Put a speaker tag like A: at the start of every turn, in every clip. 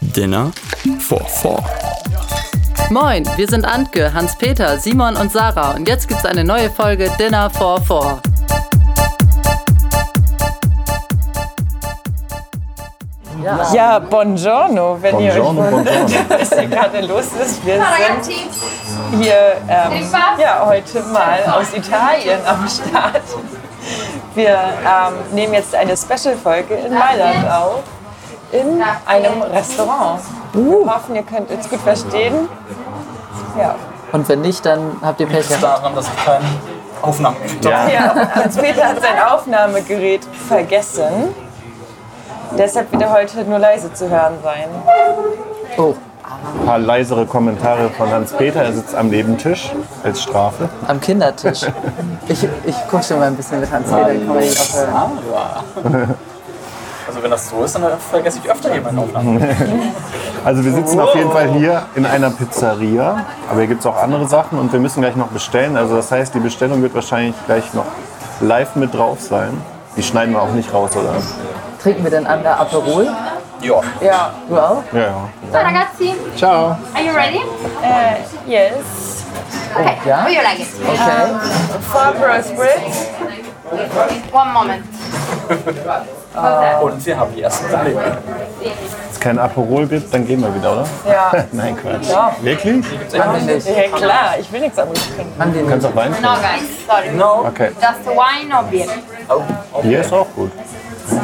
A: Dinner for Four.
B: Moin, wir sind Antke, Hans-Peter, Simon und Sarah und jetzt gibt's eine neue Folge Dinner for Four.
C: Ja, buongiorno, wenn
D: Buongiorno,
C: ihr euch wundert,
D: buongiorno.
C: was hier gerade los ist. Wir sind hier ähm, ja, heute mal aus Italien am Start. Wir ähm, nehmen jetzt eine Special-Folge in Mailand auf, in einem Restaurant.
D: Uh.
C: Wir hoffen, ihr könnt uns gut verstehen. Ja,
B: Und wenn nicht, dann habt ihr Pech gehabt.
E: daran, dass ich keine Aufnahmen
D: Ja.
C: ja und Peter hat sein Aufnahmegerät vergessen. Deshalb wird er heute nur leise zu hören sein.
B: Oh,
D: Ein paar leisere Kommentare von Hans-Peter. Er sitzt am Nebentisch als Strafe.
B: am Kindertisch. Ich, ich kuschel mal ein bisschen mit Hans-Peter, dann kann man ihn auch hören.
E: Also wenn das so ist, dann vergesse ich öfter hier meine Aufnahmen.
D: Also wir sitzen auf jeden Fall hier in einer Pizzeria. Aber hier gibt es auch andere Sachen und wir müssen gleich noch bestellen. Also das heißt, die Bestellung wird wahrscheinlich gleich noch live mit drauf sein. Die schneiden wir auch nicht raus, oder?
B: Trinken wir denn an der Aperol?
E: Ja.
C: Ja,
B: Du auch?
D: Ja, ja.
F: Ciao ragazzi,
D: Ciao.
F: are you ready?
C: äh, yes.
F: Okay,
B: Oh, yeah?
F: how you like it?
B: Okay.
C: Barbaros Brits.
F: One moment.
E: Und wir haben die ersten Probleme.
D: Wenn es kein Aperol gibt, dann gehen wir wieder, oder?
C: Ja.
D: Nein, Quatsch.
C: Ja.
D: Wirklich?
B: Haben die nicht.
C: ja, klar, ich will nichts anderes trinken.
B: Haben die
D: Du kannst
B: nicht.
D: auch Wein
F: No
D: trinken.
F: guys, sorry.
E: No.
D: Okay.
F: Just wine or beer?
D: Bier ist auch gut. Hm.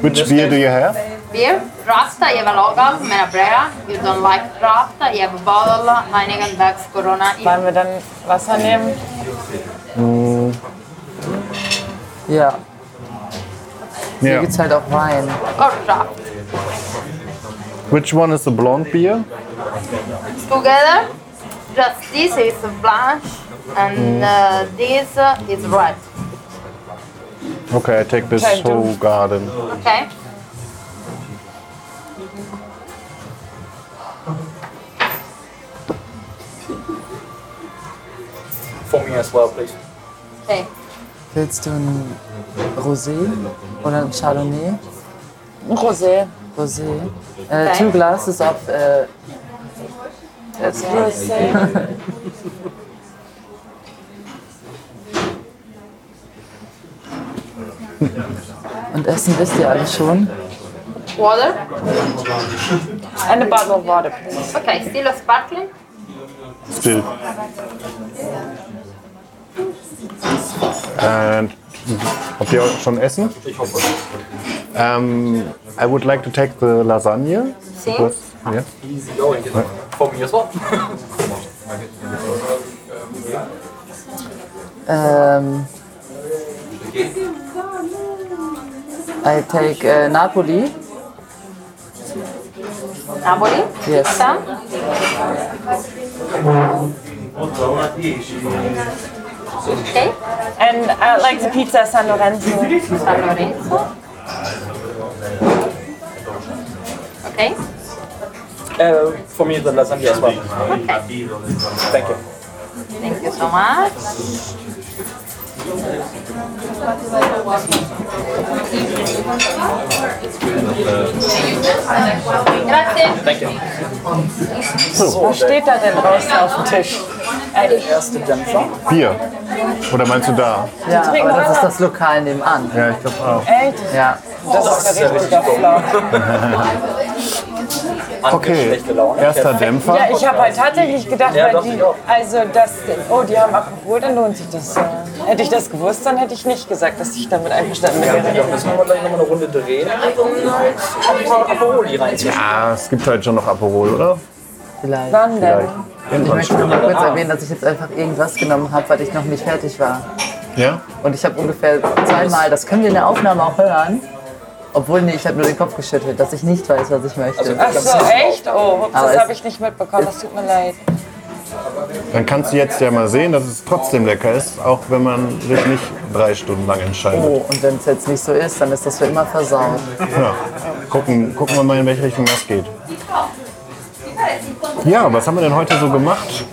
D: Which beer do you have?
F: Beer, draft, I have a local, Menabrea. You don't like draft, I have a bottle, Heineken, Beck's, Corona. You
C: Wollen wir dann Wasser nehmen?
B: Ja, hier
D: Yeah.
B: gibt's halt auch Wein.
F: or draft.
D: Which one is the blonde beer?
F: Together, just this is blanche
B: Mm.
F: and uh, this uh, is red.
D: Okay, I take this
C: Thank you.
D: whole garden.
F: Okay?
E: For me as well, please.
F: Okay.
B: Willst du ein Rosé oder ein Chardonnay?
C: Ein Rosé.
B: Rosé. Äh, two glasses of äh,
C: Rosé.
B: und Essen wisst ihr alle schon.
F: Water?
C: Eine Bottle of water, please.
F: Okay, still a sparkling?
D: Still. And habt ihr schon Essen?
E: Ich hoffe.
D: Um, I would like to take the lasagne.
F: See?
D: Was? Yeah.
E: Easy going. For me as well.
B: Ähm, I take äh, Napoli.
F: Napoli?
B: Yes.
F: Some? Okay.
C: And I like the pizza San Lorenzo.
F: San Lorenzo. Okay.
E: Uh, for me the lasagna as well. Thank you.
F: Thank you so much. Grazie.
E: Thank you.
C: Was steht da denn draußen auf dem Tisch?
E: Oh, Der erste Dämpfer.
D: Bier. Oder meinst du da?
B: Ja, aber das ist das Lokal nebenan.
D: Ja, ich glaube auch.
C: Echt?
B: Ja.
C: Das ist ein richtiger Flau.
D: Okay.
E: Schlechte Laune.
D: Erster
E: Perfekt.
D: Dämpfer.
C: Ja, ich habe halt tatsächlich gedacht,
E: Ja,
C: weil
E: dachte
C: die,
E: ich auch.
C: also das, oh, die haben Aperol, dann lohnt sich das. ja. Hätte ich das gewusst, dann hätte ich nicht gesagt, dass ich damit einverstanden wäre.
E: Ja, genau. müssen wir mal gleich nochmal eine Runde drehen, um halt auch mal Aperoli reinzuschauen.
D: Ah, es gibt halt schon noch Aperol, oder?
B: Vielleicht.
C: Wann denn?
D: Vielleicht.
B: Ich
D: Irgendwann
B: möchte
D: schon.
B: nur kurz erwähnen, dass ich jetzt einfach irgendwas genommen habe, weil ich noch nicht fertig war.
D: Ja?
B: Und ich habe ungefähr zweimal, das können wir in der Aufnahme auch hören, obwohl, nee, ich habe nur den Kopf geschüttelt, dass ich nicht weiß, was ich möchte.
C: Ach so, echt? Oh, ups,
B: Aber es-
C: das habe ich nicht mitbekommen, das tut mir leid.
D: Dann kannst du jetzt ja mal sehen, dass es trotzdem lecker ist, auch wenn man sich nicht drei Stunden lang entscheidet.
B: Oh, und wenn es jetzt nicht so ist, dann ist das für immer versaut.
D: Ja. Gucken, gucken wir mal, in welche Richtung das geht. Ja, was haben wir denn heute so gemacht?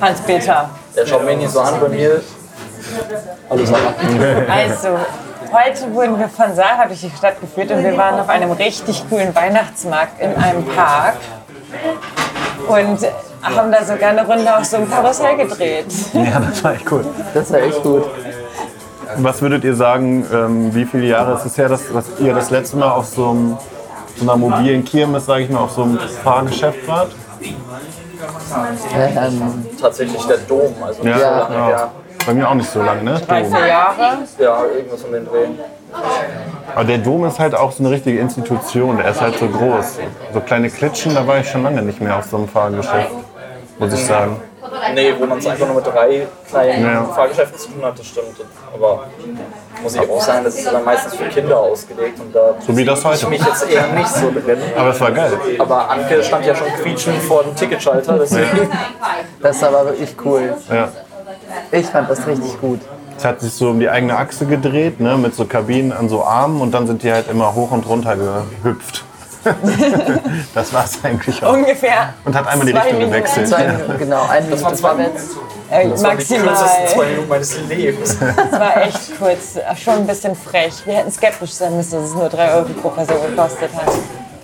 C: Hans-Peter,
E: Also Der schaut mir nicht so an bei mir. Hallo Sarah.
C: also, Heute wurden wir von Sarah durch die Stadt geführt und wir waren auf einem richtig coolen Weihnachtsmarkt in einem Park und haben da sogar eine Runde auf so einem Karussell gedreht.
D: Ja, das war echt cool.
B: Das wäre echt gut.
D: Was würdet ihr sagen, ähm, wie viele Jahre ist es her, dass, dass ihr das letzte Mal auf so, einem, so einer mobilen Kirmes, sage ich mal, auf so einem Fahrgeschäft wart?
B: Ähm,
E: Tatsächlich der Dom. Also nicht
B: Ja.
D: genau.
E: so lange her.
D: Bei mir auch nicht so lange, ne?
C: Drei,
D: Dom.
C: vier Jahre.
E: Ja, irgendwas um den Dreh.
D: Aber der Dom ist halt auch so eine richtige Institution. Der ist halt so groß. So kleine Klitschen, da war ich schon lange nicht mehr auf so einem Fahrgeschäft, muss ich sagen.
E: Nee, wo man es einfach nur mit drei kleinen
D: Ja.
E: Fahrgeschäften zu tun hat, das stimmt. Aber muss ich auch sagen, das ist dann meistens für Kinder ausgelegt und da
D: So wie das
E: ich
D: heute.
E: mich jetzt eher nicht so drin.
D: Aber es war geil.
E: Aber Anke stand ja schon quietschend vor dem Ticketschalter, deswegen
B: das war wirklich cool.
D: Ja.
B: Ich fand das richtig gut.
D: Es hat sich so um die eigene Achse gedreht, ne? mit so Kabinen an so Armen und dann sind die halt immer hoch und runter gehüpft. das war es eigentlich auch.
C: Ungefähr.
D: Und hat einmal die
C: zwei
D: Richtung
C: Minuten.
D: gewechselt.
B: Zwei
D: Ja.
B: Minuten, genau, eine
E: Das waren
B: Minute
E: zwei
B: vorwärts.
C: Äh,
E: die kürzesten zwei
C: maximal.
E: Minuten meines Lebens.
C: Das war echt kurz. Schon ein bisschen frech. Wir hätten skeptisch sein müssen, dass es nur drei Euro pro Person gekostet hat.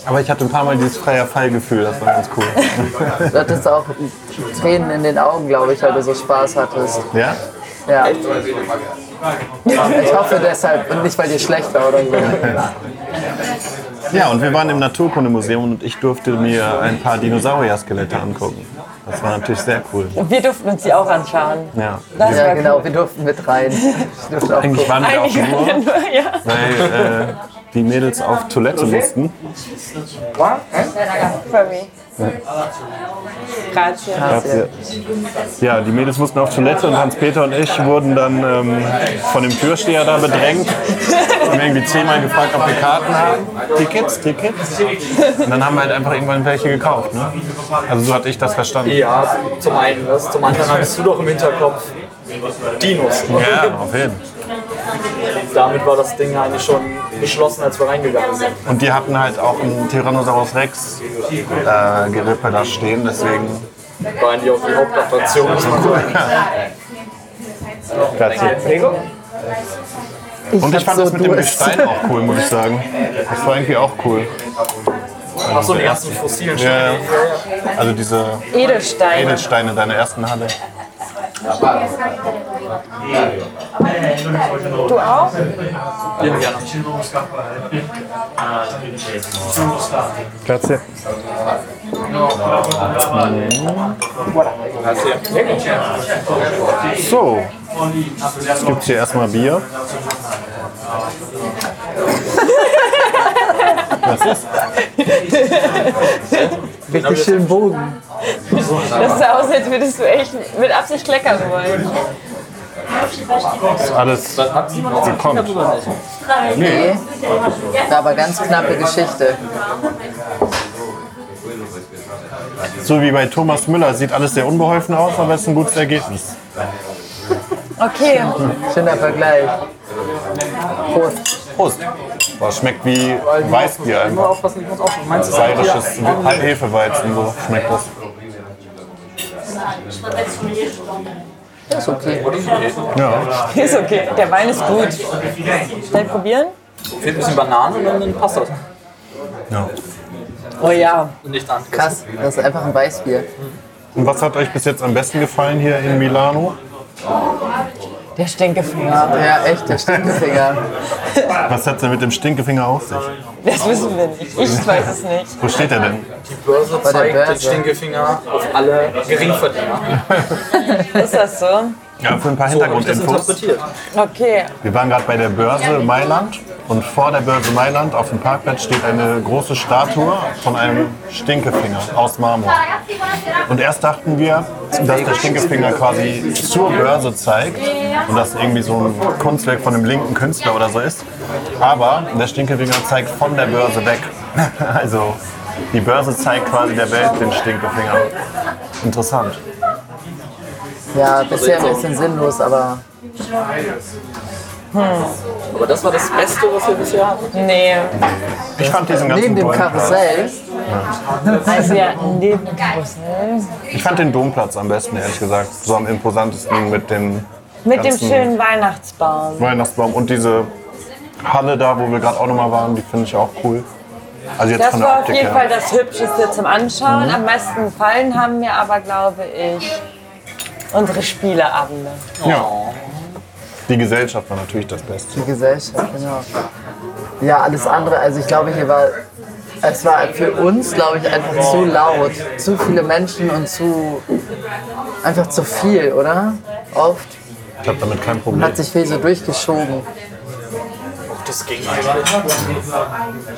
D: Aber ich hatte ein paar Mal dieses freier Fallgefühl, das war ganz cool.
B: Du hattest auch Tränen in den Augen, glaube ich, weil du so Spaß hattest.
D: Ja?
B: Ja. Ich hoffe deshalb und nicht, weil dir schlecht war oder so.
D: Ja, und wir waren im Naturkundemuseum und ich durfte mir ein paar Dinosaurier-Skelette angucken. Das war natürlich sehr cool.
C: Und wir durften uns die auch anschauen.
D: Ja.
C: Das
B: Ja,
C: war
B: genau, wir durften mit rein. Ich durfte auch
D: Eigentlich
B: gucken.
D: waren wir auch
C: Einige
D: nur,
C: nur, ja.
D: weil äh, die Mädels auf Toilette mussten.
C: Für mich. Grazie.
D: Ja, die Mädels mussten auf Toilette und Hans-Peter und ich wurden dann ähm, von dem Türsteher da bedrängt. Haben irgendwie zehnmal gefragt, ob wir Karten haben. Tickets, Tickets. Und dann haben wir halt einfach irgendwann welche gekauft. Ne? Also so hatte ich das verstanden.
E: Ja, zum einen das. Zum anderen hattest du doch im Hinterkopf Dinos.
D: Ja, auf jeden Fall.
E: Damit war das Ding eigentlich schon beschlossen, als wir reingegangen sind.
D: Und die hatten halt auch einen Tyrannosaurus Rex äh, Gerippe da stehen, deswegen.
E: War eigentlich auch die Hauptattraktion. muss man sagen.
D: Und ich
B: hab
D: fand
B: so
D: das mit dem
B: Durst.
D: Gestein auch cool, muss ich sagen. Das war irgendwie auch cool.
E: Ach so, die ersten
D: Ja,
E: fossilen Steine.
D: also diese
C: Edelsteine.
D: Edelsteine deiner ersten Halle.
C: Du auch?
E: Ja, ja.
D: Grazie. So, jetzt gibt es hier erstmal Bier.
B: Richtig schön Bogen.
C: Das sah aus, als würdest du echt mit Absicht kleckern wollen.
D: Ist alles gekommen.
B: Nee. Da war ganz knappe Geschichte.
D: So wie bei Thomas Müller sieht alles sehr unbeholfen aus, aber es ist ein gutes Ergebnis.
C: Okay,
B: Schöner Vergleich. Prost.
D: Prost. Boah, schmeckt wie Weißbier
E: Nur
D: einfach.
E: aufpassen, ich muss aufpassen. Meinst du das?
D: Bayerisches Hefeweizen, so schmeckt das.
B: Ist okay.
D: Ja.
C: ist okay. Der Wein ist gut. Schnell probieren?
E: Fehlt ein bisschen Bananen und dann passt das.
D: ja.
C: Oh ja.
E: Nicht an.
B: Krass, das ist einfach ein Weißbier.
D: Und was hat euch bis jetzt am besten gefallen hier in Milano?
C: Der Stinkefinger.
B: Ja, echt, der Stinkefinger.
D: Was hat denn mit dem Stinkefinger auf sich?
C: Das wissen wir nicht. Ich weiß es nicht.
D: Wo steht er denn?
E: Börse
B: der
E: zeigt den
B: Börse.
E: Stinkefinger auf alle Geringverdiener.
C: Ist das so?
D: Ja, für ein paar
E: So habe ich das
D: Hintergrundinfos.
E: interpretiert.
C: Okay.
D: Wir waren gerade bei der Börse Mailand und vor der Börse Mailand auf dem Parkplatz steht eine große Statue von einem Stinkefinger aus Marmor.
G: Ragazzi, buonasera.
D: Und erst dachten wir, dass der Stinkefinger quasi zur Börse zeigt und das irgendwie so ein Kunstwerk von einem linken Künstler oder so ist. Aber der Stinkefinger zeigt von der Börse weg. Also die Börse zeigt quasi der Welt den Stinkefinger. Interessant.
B: Ja, bisher ein bisschen sinnlos, aber
E: Aber das war das Beste, was wir bisher hatten.
C: Nee.
D: Ich fand diesen ganzen
B: neben dem
D: Domplatz-
B: Karussell
C: Also ja, neben Brüssel.
D: Ich fand den Domplatz am besten, ehrlich gesagt. So am imposantesten mit dem
C: Mit dem
D: ganzen
C: schönen Weihnachtsbaum.
D: Weihnachtsbaum und diese Halle da, wo wir gerade auch nochmal waren, die finde ich auch cool. Also jetzt
C: Das
D: von der
C: war auf
D: Optik
C: jeden
D: her.
C: Fall das Hübscheste zum Anschauen. Am meisten gefallen haben mir aber, glaube ich, unsere Spieleabende.
D: ja. Die Gesellschaft war natürlich das Beste.
B: Die Gesellschaft, genau. Ja, alles andere, also ich glaube, hier war, es war für uns, glaube ich, einfach zu laut. Zu viele Menschen und zu, einfach zu viel, oder? Oft
D: Ich habe damit kein Problem.
B: hat sich viel so durchgeschoben.
E: Das ging eigentlich.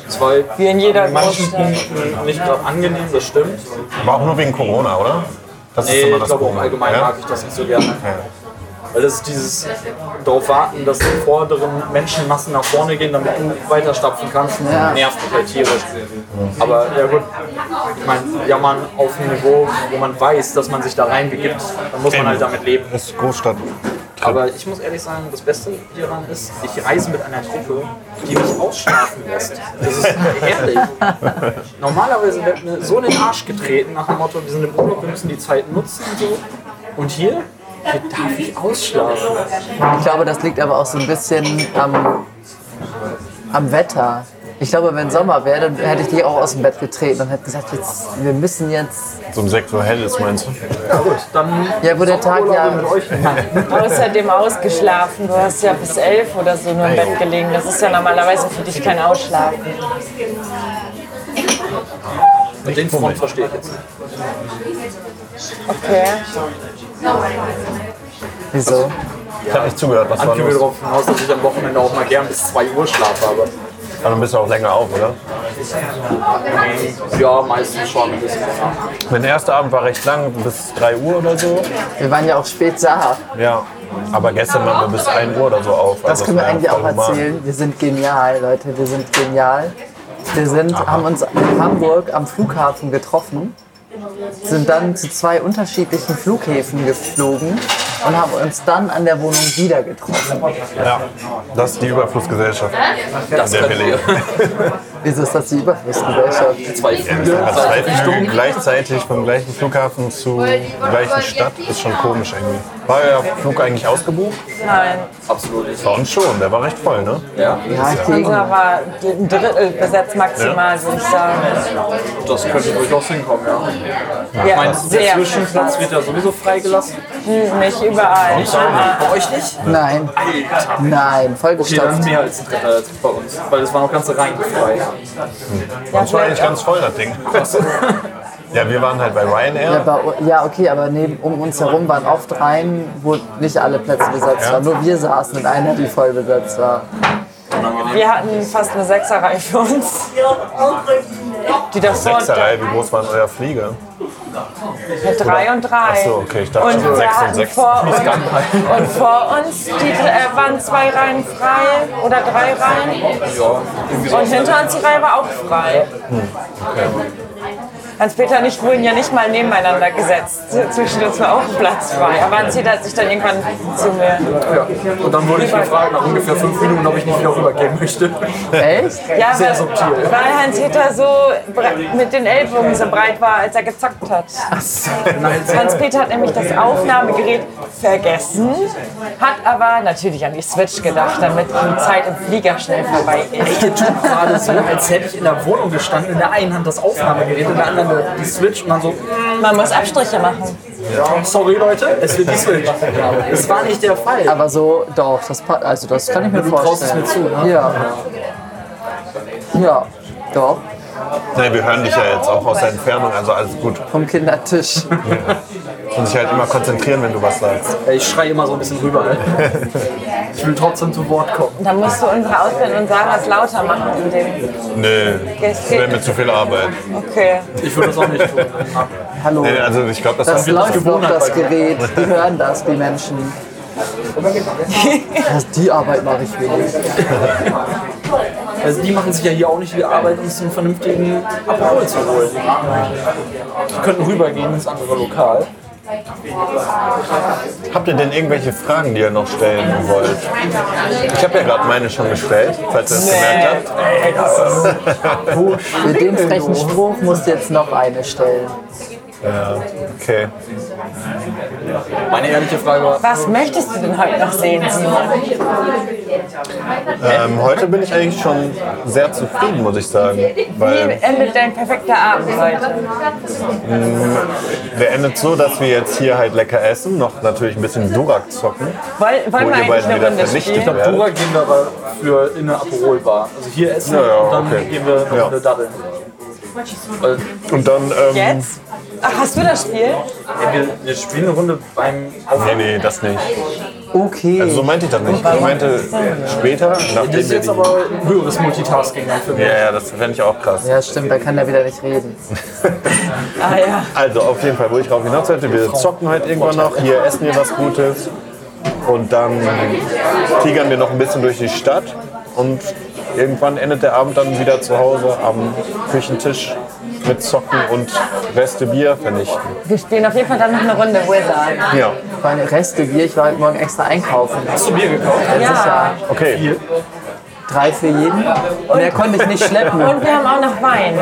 E: Es war
C: Wie in jeder
E: in manchen
C: Großstadt.
E: Punkten nicht gerade angenehm, das stimmt.
D: Aber auch nur wegen Corona, oder? Das ist
E: Nee,
D: immer
E: ich
D: das
E: glaube auch
D: Problem,
E: allgemein
D: ja?
E: mag ich das nicht so gerne.
D: Ja.
E: Weil das ist dieses darauf warten, dass die vorderen Menschenmassen nach vorne gehen, damit du weiter stapfen kannst,
B: Ja.
E: nervt mich halt tierisch. Aber ja gut, ich meine, jammern auf einem Niveau, wo man weiß, dass man sich da reinbegibt, dann muss man halt damit leben.
D: Das ist Großstadt.
E: Aber ich muss ehrlich sagen, das Beste hieran ist, ich reise mit einer Gruppe, die mich ausschlafen lässt. Das ist herrlich. Normalerweise wird mir so in den Arsch getreten nach dem Motto, wir sind im Urlaub, wir müssen die Zeit nutzen und so. Und hier, hier darf ich ausschlafen.
B: Ich glaube, das liegt aber auch so ein bisschen am, am Wetter. Ich glaube, wenn Sommer wäre, dann hätte ich die auch aus dem Bett getreten und hätte gesagt, jetzt, wir müssen jetzt.
D: So um 6 Uhr hell ist, meinst du?
E: Ja gut, dann
B: Ja, wo der Tag
E: Urlaub mit
B: ja.
E: euch.
C: Außerdem ausgeschlafen. Du hast ja bis elf oder so nur im Bett gelegen. Das ist ja normalerweise für dich kein Ausschlafen.
E: Den Front verstehe ich jetzt.
C: Okay.
B: Wieso?
D: Ich habe nicht zugehört, was war
E: Anke will
D: los?
E: darauf hinaus, dass ich am Wochenende auch mal gern bis 2 Uhr schlafe,
D: Aber
E: aber
D: Also Dann bist du auch länger auf, oder?
E: ähm, ja, meistens schon ein bisschen. Ja.
D: Mein erster Abend war recht lang, bis 3 Uhr oder so.
B: Wir waren ja auch spät da.
D: Ja. Aber gestern waren wir bis 1 Uhr oder so auf. Also
B: Das können wir eigentlich auch
D: erzählen.
B: erzählen. Wir sind genial, Leute. Wir sind genial. Wir sind, haben uns in Hamburg am Flughafen getroffen, sind dann zu zwei unterschiedlichen Flughäfen geflogen und haben uns dann an der Wohnung wieder getroffen.
D: Ja, das ist die Überflussgesellschaft. Das der Billy.
B: Wieso ist das die Überflussgesellschaft?
E: Zwei Flüge,
D: Also
E: zwei
D: zwei Flüge gleichzeitig vom gleichen Flughafen zur gleichen Stadt ist schon komisch irgendwie. War der Flug eigentlich ausgebucht?
C: Nein.
E: Absolut nicht.
D: Bei uns schon, der war recht voll, ne?
E: Ja,
B: Ja, ich denke,
C: Unser war ein Drittel besetzt maximal, würde ich sagen.
E: das könnte durchaus hinkommen, ja.
C: Ja,
E: Mein
C: sehr.
E: Zwischenplatz wird ja sowieso freigelassen.
C: Hm, Nicht überall.
E: Bei euch nicht?
B: nein, nein,
E: Okay, das ist
B: vollgestopft.
E: mehr als ein Drittel als bei uns, weil das war noch ganze Reihen frei.
D: Das war eigentlich ganz voll, das Ding. Ja, wir waren halt bei Ryanair.
B: Aber, ja, okay, aber neben, um uns herum waren oft Reihen, wo nicht alle Plätze besetzt
D: Ja.
B: waren. Nur wir saßen in einer, die voll besetzt war.
C: Wir hatten fast eine Sechserei für uns. Die davor
D: Sechserei, wie groß war denn euer Flieger?
C: mit drei und drei.
D: Ach so, okay, ich dachte
C: und
D: schon
C: wir
D: sechs und
C: hatten
D: sechs.
C: Vor uns, und vor uns die, äh, waren zwei Reihen frei oder drei Reihen. Und hinter uns die Reihe war auch frei. Hans-Peter und ich wurden ja nicht mal nebeneinander gesetzt. Zwischen uns war auch ein Platz frei. Aber Hans-Peter hat sich dann irgendwann zu mir.
E: Ja. Und dann wurde ich gefragt, nach ungefähr fünf Minuten, ob ich nicht wieder rübergehen möchte.
B: Echt?
C: Ja,
E: Sehr
C: weil,
E: subtil.
C: weil Hans-Peter so bre- mit den Ellbogen so breit war, als er gezockt hat.
E: Nein,
C: Hans-Peter hat nämlich das Aufnahmegerät vergessen, hat aber natürlich an die Switch gedacht, damit die Zeit im Flieger schnell vorbei ist.
E: Der tut gerade so, als hätte ich in der Wohnung gestanden, in der einen Hand das Aufnahmegerät, in der anderen die Switch und dann so,
C: Man muss Abstriche machen.
E: sorry Leute, es wird die Switch. Es war nicht der Fall.
B: Aber so, doch, das, pa- also das kann ich mir
E: Du traust es
B: vorstellen.
E: mir zu, ne?
B: Ja. Ja, doch,
D: Ne, wir hören dich ja jetzt auch aus der Entfernung, also alles gut.
B: vom Kindertisch.
D: Und sich halt immer konzentrieren, wenn du was sagst.
E: Ich schreie immer so ein bisschen rüber. ne? Ich will trotzdem zu Wort kommen.
C: Da musst du unsere Ausbildung und Sarahs lauter machen in dem.
D: Nö, das wäre mir zu viel Arbeit.
C: Okay.
E: Ich würde das auch nicht tun.
B: Hallo.
D: Nee, also ich glaube, das,
B: Das
D: haben wir
B: läuft noch,
E: Gewohnheit
B: das
E: bei mir.
B: Gerät. Die hören das, die Menschen. Das, die Arbeit mache ich wenig.
E: Also die machen sich ja hier auch nicht die Arbeit, uns einen vernünftigen Abhol zu holen. Die könnten rübergehen ins andere Lokal.
D: Habt ihr denn irgendwelche Fragen, die ihr noch stellen wollt? Ich habe ja gerade meine schon gestellt, falls ihr es gemerkt habt.
B: Für den frechen Spruch musst du jetzt noch eine stellen.
D: Ja, okay.
E: Meine ehrliche Frage war,
C: Was möchtest du denn heute noch sehen, Simon?
D: Ähm, heute bin ich eigentlich schon sehr zufrieden, muss ich sagen.
C: Wie
D: Weil
C: endet dein perfekter Abend heute?
D: der endet so, dass wir jetzt hier halt lecker essen, noch natürlich ein bisschen Durak zocken,
C: Woll,
D: wo
C: wollen wir
D: ihr
C: eigentlich
D: beiden
C: eine
D: wieder
C: Runde
D: vernichtet
C: spielen?
D: werdet.
E: Dora gehen wir aber für in eine Aperolbar. Also hier essen
D: Ja, ja,
E: und dann
D: okay.
E: gehen wir noch
D: Ja.
E: eine Daddel. Also,
D: Und dann, ähm,
C: Jetzt? Ach, hast du das Spiel?
E: ey, wir, wir spielen eine Runde beim
D: nee, nee, das nicht.
B: Okay.
D: Also so meinte ich das nicht. Ich meinte später, nachdem
E: Das ist
D: wir
E: jetzt
D: die...
E: aber ein höheres Multitasking dann für mich.
D: Ja, ja, das fände ich auch krass.
B: ja, stimmt, da kann er wieder nicht reden.
C: Ah ja.
D: Also auf jeden Fall, wo ich drauf hinaus wollte, wir zocken halt irgendwann noch, hier essen wir was Gutes und dann tigern wir noch ein bisschen durch die Stadt und irgendwann endet der Abend dann wieder zu Hause am Küchentisch mit Zocken und Reste Bier vernichten.
C: Wir spielen auf jeden Fall dann noch eine Runde Wizard.
D: Ja,
B: Meine Reste Bier, ich war heute Morgen extra einkaufen.
E: Hast du Bier gekauft?
C: Ja.
D: okay.
B: Drei für jeden. Mehr konnte ich nicht schleppen.
C: Und wir haben auch noch Wein.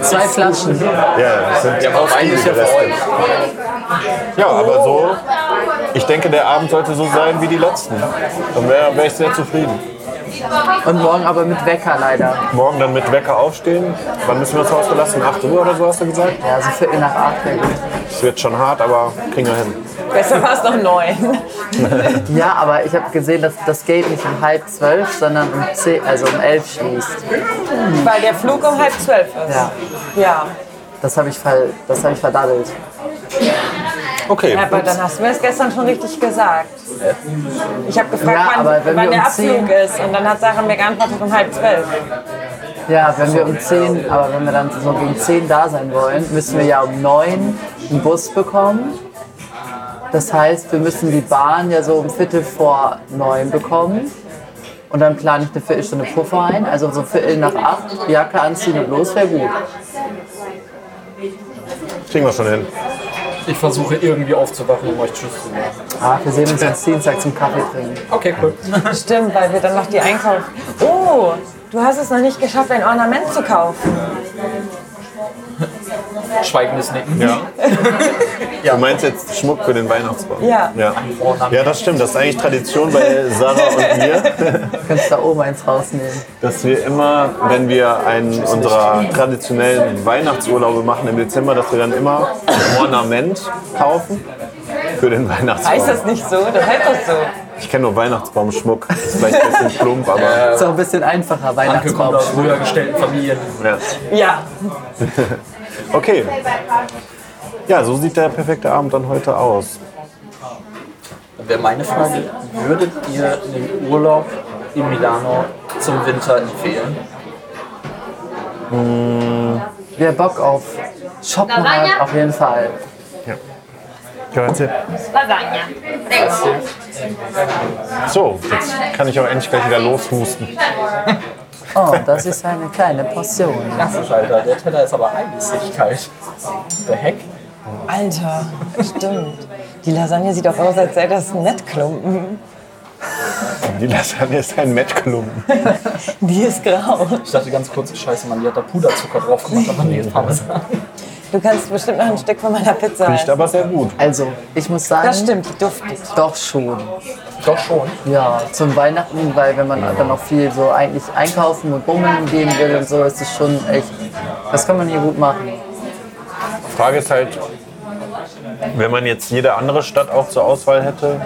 B: Zwei Flaschen.
D: Ja, das sind
E: aber auf einen ist ja
D: viele
E: für
D: Reste. Ja, aber so, ich denke, der Abend sollte so sein wie die letzten. Dann wäre wär ich sehr zufrieden.
B: Und morgen aber mit Wecker leider.
D: Morgen dann mit Wecker aufstehen. Wann müssen wir das Haus verlassen? 8 Uhr oder so hast du gesagt?
B: Ja,
C: also
B: so Viertel nach acht wäre gut.
D: Es wird schon hart, aber kriegen wir hin.
C: Besser war es noch neun.
B: Ja, aber ich habe gesehen, dass das Gate nicht um halb zwölf, sondern um zehn, also um elf schließt.
C: Weil der Flug um halb zwölf ist.
B: Ja,
C: Ja.
B: das habe ich, ver das hab ich verdaddelt.
D: Okay.
C: Aber dann hast du mir das gestern schon richtig gesagt. Ich habe gefragt,
B: Ja, aber
C: wann,
B: wenn
C: wann
B: wir
C: der
B: um
C: Abflug
B: zehn-
C: ist. Und dann hat Sarah mir geantwortet um halb zwölf.
B: Ja, wenn wir um zehn, aber wenn wir dann so gegen zehn da sein wollen, müssen wir ja um neun einen Bus bekommen. Das heißt, wir müssen die Bahn ja so um Viertel vor neun bekommen. Und dann plane ich eine Viertelstunde Puffer ein, also so Viertel nach acht, die Jacke anziehen und los wäre gut.
D: Kriegen wir schon hin.
E: Ich versuche irgendwie aufzuwachen, um euch Tschüss zu machen.
B: Ah, wir sehen uns am Dienstag zum Kaffee trinken.
E: Okay, cool.
C: Stimmt, weil wir dann noch die Einkauf. Oh, du hast es noch nicht geschafft, ein Ornament zu kaufen.
E: Schweigendes Nicken.
D: Ja. Du meinst jetzt Schmuck für den Weihnachtsbaum?
C: Ja.
D: ja. Ja, das stimmt. Das ist eigentlich Tradition bei Sarah und mir,
B: Könntest da oben eins rausnehmen.
D: dass wir immer, wenn wir einen unserer traditionellen Weihnachtsurlaube machen im Dezember, dass wir dann immer ein Ornament kaufen für den
C: Heißt das
D: Weihnachtsbaum.
C: nicht so? Das heißt das so.
D: Ich kenne nur Weihnachtsbaumschmuck. Das ist vielleicht ein bisschen plump, aber
B: Ist auch ein bisschen einfacher,
E: Danke kommt
B: Weihnachtsbaum.
E: aus früher gestellten Familien.
D: ja.
C: Ja,
D: Okay. Ja, so sieht der perfekte Abend dann heute aus.
E: Dann wäre meine Frage, würdet ihr einen Urlaub in Milano zum Winter empfehlen?
B: Wer Bock auf Shoppen hat, auf jeden Fall.
D: Grazie.
F: Lasagna. Prego.
D: So, jetzt kann ich auch endlich gleich wieder loshusten.
B: Oh, das ist eine kleine Portion.
E: Klassisch, Alter. Der Teller ist aber eigentlich kalt. Der Heck?
C: Alter, stimmt. Die Lasagne sieht auch aus, als sei das ein Nettklumpen.
D: Die Lasagne ist ein Matchklumpen.
C: Die ist grau.
E: Ich dachte ganz kurz, scheiße, man, die hat da Puderzucker drauf gemacht, aber nee, ist Parmesan.
C: Du kannst bestimmt noch ein Stück von meiner Pizza
D: Riecht
C: halten.
D: aber sehr gut.
B: Also, ich muss sagen,
C: Das stimmt, die duftet.
B: doch schon.
E: Doch schon.
B: Ja, zum Weihnachten, weil wenn man dann auch viel so eigentlich einkaufen und bummeln gehen will und so, ist es schon echt, das kann man hier gut machen.
D: Frage ist halt, wenn man jetzt jede andere Stadt auch zur Auswahl hätte,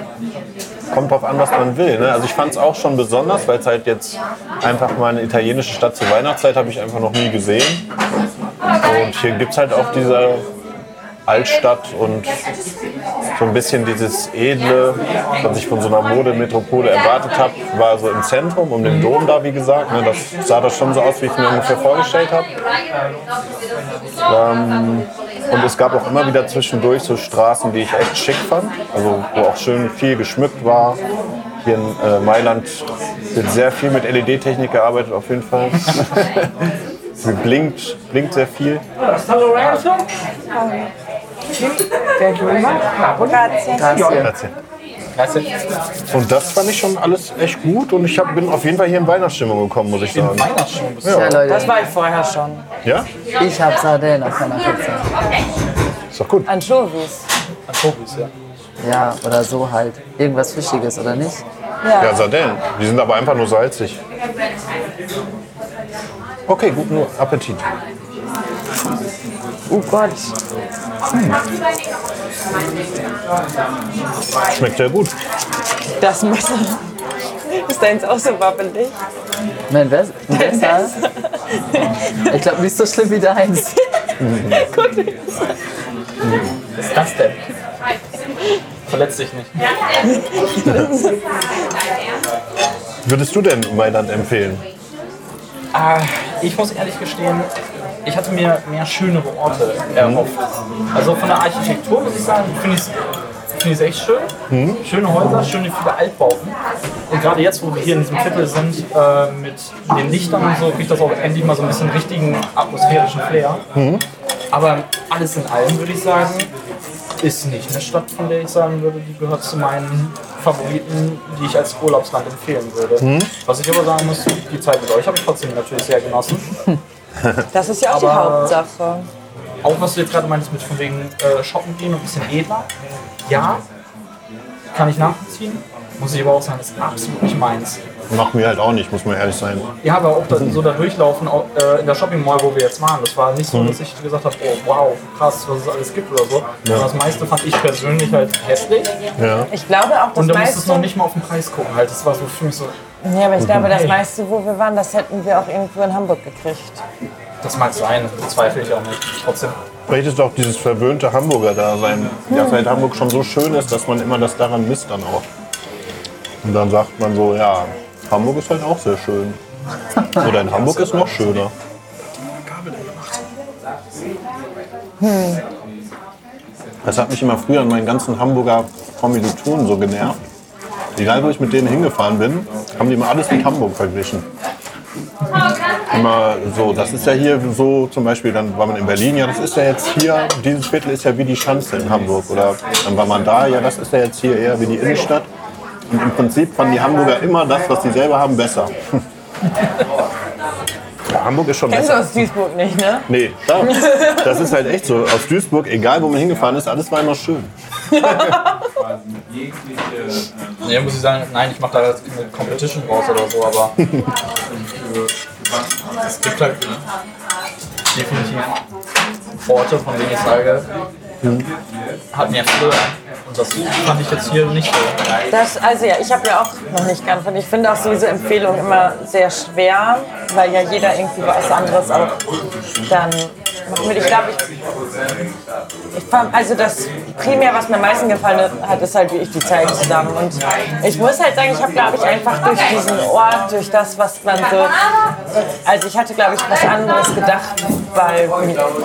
D: kommt drauf an, was man will. Ne? Also ich fand es auch schon besonders, weil es halt jetzt einfach mal eine italienische Stadt zur Weihnachtszeit habe ich einfach noch nie gesehen. Und hier gibt es halt auch diese Altstadt und so ein bisschen dieses Edle, was ich von so einer Modemetropole erwartet habe, war so im Zentrum, um den Dom da, wie gesagt. Ne? Das sah das schon so aus, wie ich mir ungefähr vorgestellt habe. Und es gab auch immer wieder zwischendurch so Straßen, die ich echt schick fand, also wo auch schön viel geschmückt war. Hier in äh, Mailand wird sehr viel mit LED-Technik gearbeitet, auf jeden Fall. Sie blinkt, blinkt sehr viel.
B: Grazie.
D: Grazie.
E: Weißt du,
D: Und das fand ich schon alles echt gut und ich hab, bin auf jeden Fall hier in Weihnachtsstimmung gekommen, muss ich sagen.
E: Weihnachtsstimmung bist du.
B: Ja,
C: Das
B: Leute,
C: war ich vorher schon.
D: Ja?
B: ich habe Sardellen auf meiner Pizza.
H: Ist doch gut.
C: Anchovies.
E: Anchovies, ja.
B: Ja, oder so halt. Irgendwas Fischiges, oder nicht?
C: Ja.
D: Ja, Sardellen. Die sind aber einfach nur salzig.
H: Okay, guten Appetit.
C: Oh Gott.
D: Hm. Schmeckt sehr gut.
C: Das Messer. Ist deins auch so wabbelig?
B: Mein Bes- Messer? Ich glaube nicht so schlimm wie deins.
E: Was ist das denn? Verletzt dich nicht.
D: Würdest du denn Mailand empfehlen?
E: Ah, ich muss ehrlich gestehen, ich hatte mir mehr schönere Orte erhofft. Also von der Architektur muss ich sagen, finde ich es find ich's echt schön. Schöne Häuser, schöne viele Altbauten. Und gerade jetzt, wo wir hier in diesem Viertel sind, äh, mit den Lichtern und so, kriegt das auch endlich mal so ein bisschen richtigen atmosphärischen Flair. Aber alles in allem würde ich sagen, ist nicht eine Stadt, von der ich sagen würde, die gehört zu meinen Favoriten, die ich als Urlaubsland empfehlen würde. Was ich aber sagen muss, die Zeit mit euch habe ich trotzdem natürlich sehr genossen.
C: Das ist ja auch
E: Aber-
C: die Hauptsache.
E: Auch was du jetzt gerade meintest mit von wegen äh, shoppen gehen und ein bisschen edler. Ja, kann ich nachvollziehen. Muss ich aber auch sagen, ist absolut nicht meins.
D: Macht mir halt auch nicht, muss man ehrlich sein.
E: Ja, aber auch das, so da durchlaufen auch, äh, in der Shopping Mall, wo wir jetzt waren, das war nicht so, dass ich gesagt habe, oh wow, krass, was es alles gibt oder so. Aber Das meiste fand ich persönlich halt hässlich.
D: Ja.
C: Ich glaube auch, das
E: Und da musstest
C: meiste.
E: du noch nicht mal auf den Preis gucken. Halt. Das war so für mich so,
C: Ja, aber ich glaube, das meiste, wo wir waren, das hätten wir auch irgendwo in Hamburg gekriegt.
E: das mag sein, das zweifle ich auch nicht. Trotzdem.
D: Vielleicht ist auch dieses verwöhnte Hamburger Dasein, dass halt Hamburg schon so schön ist, dass man immer das daran misst dann auch. Und dann sagt man so, ja, Hamburg ist halt auch sehr schön. Oder in Hamburg ist noch schöner. Das hat mich immer früher an meinen ganzen Hamburger Kommilitonen so genervt. Egal, wo ich mit denen hingefahren bin, haben die immer alles mit Hamburg verglichen immer so, das ist ja hier so, zum Beispiel, dann war man in Berlin, ja, das ist ja jetzt hier, dieses Viertel ist ja wie die Schanze in Hamburg. Oder dann war man da, ja, das ist ja jetzt hier eher wie die Innenstadt. Und im Prinzip fanden die Hamburger immer das, was sie selber haben, besser. Ja, Hamburg ist schon
C: Kennst du
D: besser.
C: aus Duisburg nicht, ne?
D: Nee, da, das ist halt echt so. Aus Duisburg, egal wo man hingefahren ist, alles war immer schön.
E: Nee, muss ich sagen, nein, ich mache da jetzt keine Competition raus oder so, aber. es gibt halt definitiv Orte, von denen ich sage, hat mir früher. Und das fand ich jetzt hier nicht so.
C: Das, also ja, ich habe ja auch noch nicht geantwortet. Ich finde auch sowieso Empfehlungen immer sehr schwer, weil ja jeder irgendwie was anderes auch dann machen will. Ich glaube, ich, ich fand, also das primär, was mir am meisten gefallen hat, ist halt, wie ich die Zeit zusammen. Und ich muss halt sagen, ich habe, glaube ich, einfach durch diesen Ort, durch das, was man so, also ich hatte, glaube ich, was anderes gedacht bei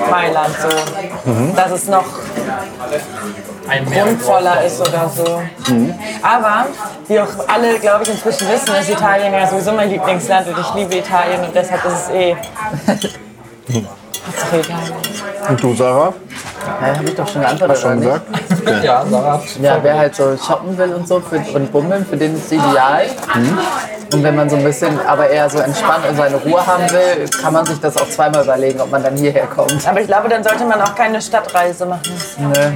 C: Mailand, so, dass es noch
E: Ein mehr.
C: grundvoller ist oder so.
D: Mhm.
C: Aber wie auch alle, glaube ich, inzwischen wissen, ist Italien ja sowieso mein Lieblingsland und ich liebe Italien und deshalb ist es eh. Hat's doch egal.
D: Und du, Sarah,
B: Ja, habe ich doch schon geantwortet.
D: hast schon
B: oder nicht?
D: gesagt?
E: Ja, Sarah hat
B: Ja, wer halt so shoppen will und so für, und bummeln, für den ist es ideal.
C: Mhm.
B: Und wenn man so ein bisschen, aber eher so entspannt und seine Ruhe haben will, kann man sich das auch zweimal überlegen, ob man dann hierher kommt.
C: Aber ich glaube, dann sollte man auch keine Stadtreise machen.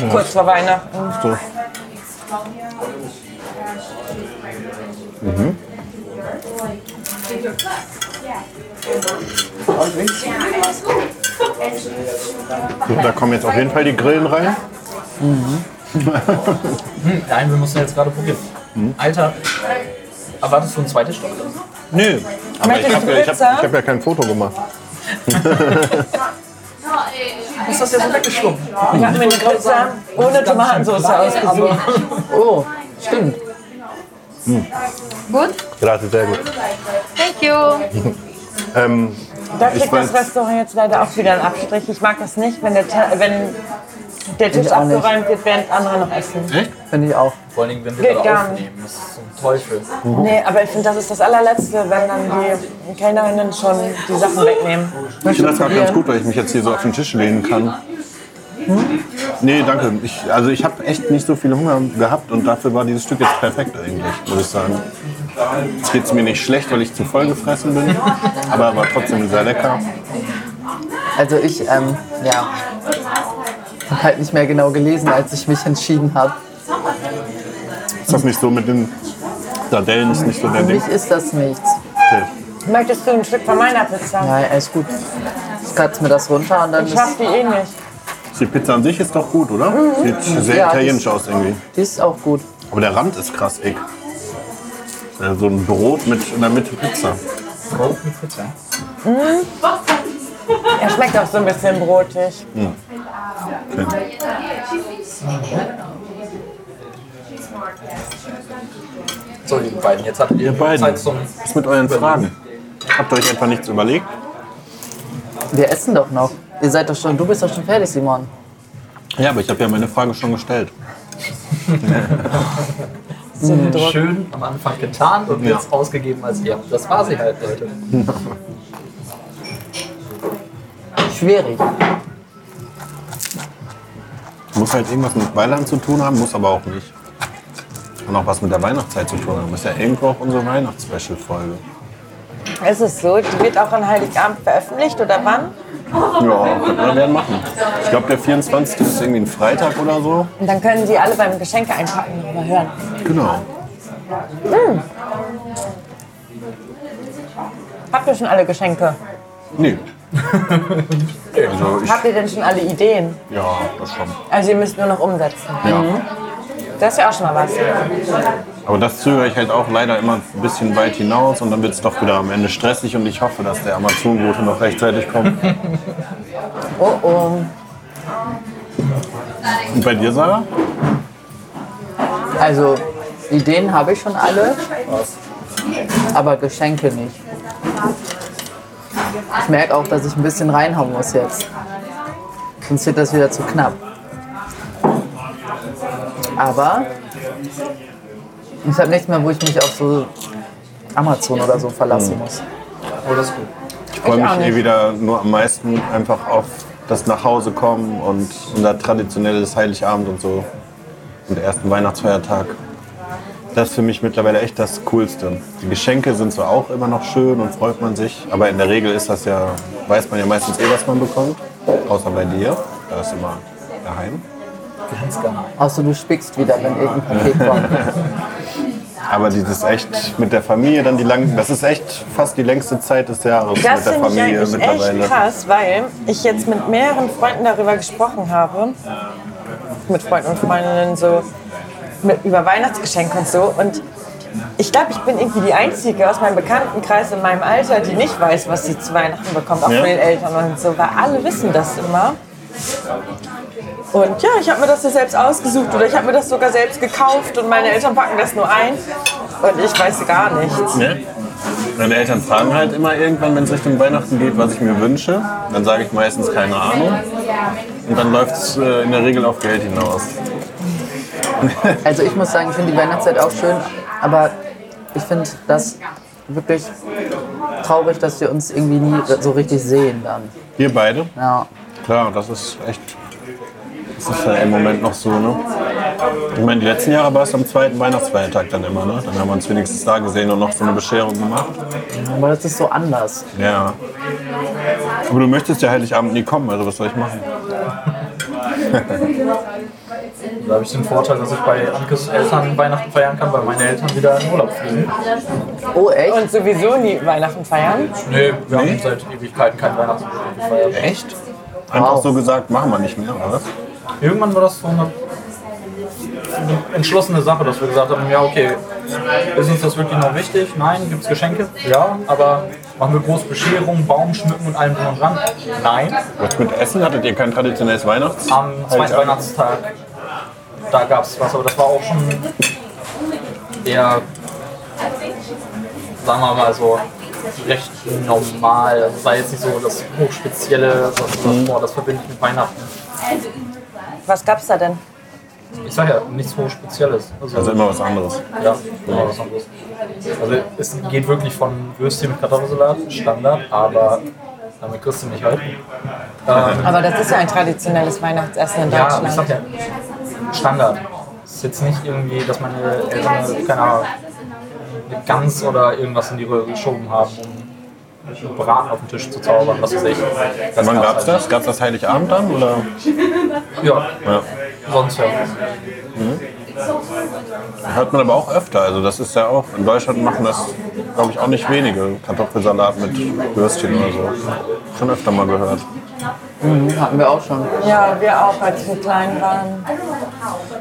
C: Kurz vor Weihnachten.
D: So. So, da kommen jetzt auf jeden Fall die Grillen rein.
E: Hm, Nein, wir müssen jetzt gerade probieren. Alter, erwartest du eine zweite Stunde?
D: Nö, aber
C: Möchtest
D: ich habe
C: du
D: ja, ich hab,
C: Pizza?
D: ich hab ja kein Foto gemacht.
E: Ist das ja so weggeschwommen?
C: Ich habe mir eine Pizza ohne Tomatensauce ausgesucht.
B: Oh, stimmt.
F: Gut?
D: Ja, das ist sehr gut.
F: Thank you.
D: Ähm,
C: Da
D: Ich
C: kriegt das
D: weiß-
C: Restaurant jetzt leider auch wieder einen Abstrich. Ich mag das nicht, wenn der, Ta- wenn der Tisch
B: Ich auch nicht.
C: abgeräumt wird, während andere noch essen.
B: Finde ich auch.
E: Vor allen Dingen, wenn wir
C: Geht
E: gerade
C: gar nicht.
E: aufnehmen. Das ist so ein Teufel.
C: Nee, aber ich finde, das ist das allerletzte, wenn dann die Kellnerinnen schon die Sachen wegnehmen.
D: ich finde das gerade ganz gut, weil ich mich jetzt hier so auf den Tisch lehnen kann. Nee, danke. Ich, also ich habe echt nicht so viel Hunger gehabt und dafür war dieses Stück jetzt perfekt eigentlich, muss ich sagen. Jetzt geht es mir nicht schlecht, weil ich zu voll gefressen bin, aber war trotzdem sehr lecker.
B: Also ich, ähm, ja. habe halt nicht mehr genau gelesen, als ich mich entschieden habe.
D: Ist das nicht so mit den Sardellen? Ist nicht so
B: Für
D: dein Ding?
B: mich ist das nichts.
D: Okay.
C: Möchtest du ein Stück von meiner Pizza?
B: Nein, alles gut. Ich kratze mir das runter und dann
C: Ich schaff
B: ist
C: die eh nicht.
D: Die Pizza an sich ist doch gut, oder? Sieht sehr
B: Ja,
D: italienisch
B: das-
D: aus irgendwie.
B: die ist auch gut.
D: Aber der Rand ist krass eck. Ja, So ein Brot mit in der Mitte Pizza.
E: Broken Pizza.
C: Er schmeckt auch so ein bisschen brotig.
E: So, liebe beiden, jetzt habt ihr,
D: beiden.
E: Zeit zum.
D: Was ist mit euren Fragen? Habt ihr euch etwa nichts überlegt?
B: Wir essen doch noch. Ihr seid doch schon, du bist doch schon fertig, Simon.
D: Ja, aber ich habe ja meine Frage schon gestellt.
C: Mhm.
E: Schön am Anfang getan und
D: Ja.
E: jetzt ausgegeben als ihr. Das war sie halt, Leute.
B: Schwierig.
D: Muss halt irgendwas mit Weihnachten zu tun haben, muss aber auch nicht. Und auch was mit der Weihnachtszeit zu tun haben. Ist ja irgendwo auch unsere Weihnachts-Special-Folge.
C: Ist es so? Die wird auch an Heiligabend veröffentlicht oder wann?
D: Ja, könnten wir werden machen. Ich glaube, der 24. ist irgendwie ein Freitag oder so.
C: Und dann können sie alle beim Geschenke einpacken und mal hören.
D: Genau.
C: Habt ihr schon alle Geschenke?
D: Nee. also ich,
C: Habt ihr denn schon alle Ideen?
D: ja, das schon.
C: Also ihr müsst nur noch umsetzen.
D: Ja.
C: Das ist ja auch schon mal was.
D: Aber das zögere ich halt auch leider immer ein bisschen weit hinaus und dann wird es doch wieder am Ende stressig und ich hoffe, dass der Amazon-Bote noch rechtzeitig kommt.
C: Oh oh.
D: Und bei dir, Sarah?
B: Also, Ideen habe ich schon alle, aber Geschenke nicht. Ich merke auch, dass ich ein bisschen reinhauen muss jetzt. Sonst wird das wieder zu knapp. Aber ich habe nichts mehr, wo ich mich auf so Amazon oder so verlassen muss.
E: Oh, das ist gut.
D: Ich freue mich
C: auch
D: eh
C: nicht.
D: wieder nur am meisten einfach auf das Nachhausekommen und unser traditionelles Heiligabend und so. Und den ersten Weihnachtsfeiertag. Das ist für mich mittlerweile echt das Coolste. Die Geschenke sind zwar auch immer noch schön und freut man sich, aber in der Regel ist das ja, weiß man ja meistens eh, was man bekommt. Außer bei dir. Da ist immer geheim.
E: Ganz genau.
B: Außer du spickst wieder, wenn irgendein Paket kommt.
D: Aber dieses echt mit der Familie dann die lang, das ist echt fast die längste Zeit des Jahres
C: Das
D: mit der
C: finde ich
D: Familie
C: eigentlich echt
D: mittlerweile.
C: krass, weil ich jetzt mit mehreren Freunden darüber gesprochen habe, mit Freunden und Freundinnen so, mit, über Weihnachtsgeschenke und so. Und ich glaube, ich bin irgendwie die Einzige aus meinem Bekanntenkreis in meinem Alter, die nicht weiß, was sie zu Weihnachten bekommt, auch
D: Ja.
C: von den Eltern und so, weil alle wissen das immer. Und ja, ich habe mir das ja selbst ausgesucht oder ich habe mir das sogar selbst gekauft und meine Eltern packen das nur ein und ich weiß gar nichts.
D: Ne? Meine Eltern fragen halt immer irgendwann, wenn es Richtung Weihnachten geht, was ich mir wünsche. Dann sage ich meistens keine Ahnung. Und dann läuft es äh, in der Regel auf Geld hinaus.
B: Also ich muss sagen, ich finde die Weihnachtszeit auch schön, aber ich finde das wirklich traurig, dass wir uns irgendwie nie so richtig sehen dann.
D: Wir beide?
B: Ja.
D: Klar, das ist echt. Das ist ja im Moment noch so, ne? Ich meine, die letzten Jahre war es am zweiten Weihnachtsfeiertag dann immer, ne? Dann haben wir uns wenigstens da gesehen und noch so eine Bescherung gemacht.
B: Aber das ist so anders.
D: Ja. Aber du möchtest ja Heiligabend nie kommen, also was soll ich machen?
E: Da habe ich den Vorteil, dass ich bei Ankes Eltern Weihnachten feiern kann, weil meine Eltern wieder in Urlaub fliegen.
B: Oh echt?
C: Und sowieso nie Weihnachten feiern.
E: Nee, wir haben seit Ewigkeiten kein Weihnachten gefeiert.
D: Echt? Einfach so gesagt, machen wir nicht mehr, oder was?
E: Irgendwann war das so eine, eine entschlossene Sache, dass wir gesagt haben, ja okay, ist uns das wirklich noch wichtig? Nein, gibt es Geschenke? Ja, aber machen wir groß Bescherung, Baum schmücken und allem drum und dran? Nein.
D: Was mit Essen? Hattet ihr kein traditionelles Weihnachts?
E: Am zweiten Weihnachtstag, da gab es was, aber das war auch schon eher, sagen wir mal so, recht normal. Also es war jetzt nicht so das hochspezielle, was du sagst, boah, das verbinde ich mit Weihnachten.
C: Was gab's da denn?
E: Ich sage ja, nichts hochspezielles.
D: Also immer was anderes.
E: Ja, genau, das haben wir. Also es geht wirklich von Würstchen mit Kartoffelsalat, Standard, aber damit kriegst du mich halt. Ähm,
C: Aber das ist ja ein traditionelles Weihnachtsessen in
E: ja, ich sag
C: Deutschland.
E: ja, Standard. Ist jetzt nicht irgendwie, dass meine Eltern, eine- keine Ahnung, eine Gans oder irgendwas in die Röhre geschoben haben, um einen Braten auf den Tisch zu zaubern, was weiß ich. Das
D: Wann
E: gab's
D: gab's
E: halt
D: das? Gab's das Heiligabend dann? Oder?
E: nicht. Ja,
D: Ja.
E: sonst ja.
D: Hört man aber auch öfter. Also das ist ja auch, in Deutschland machen das, glaube ich, auch nicht wenige. Kartoffelsalat mit Würstchen oder so. Schon öfter mal gehört.
B: Hatten wir auch schon.
C: Ja, wir auch, als wir klein waren.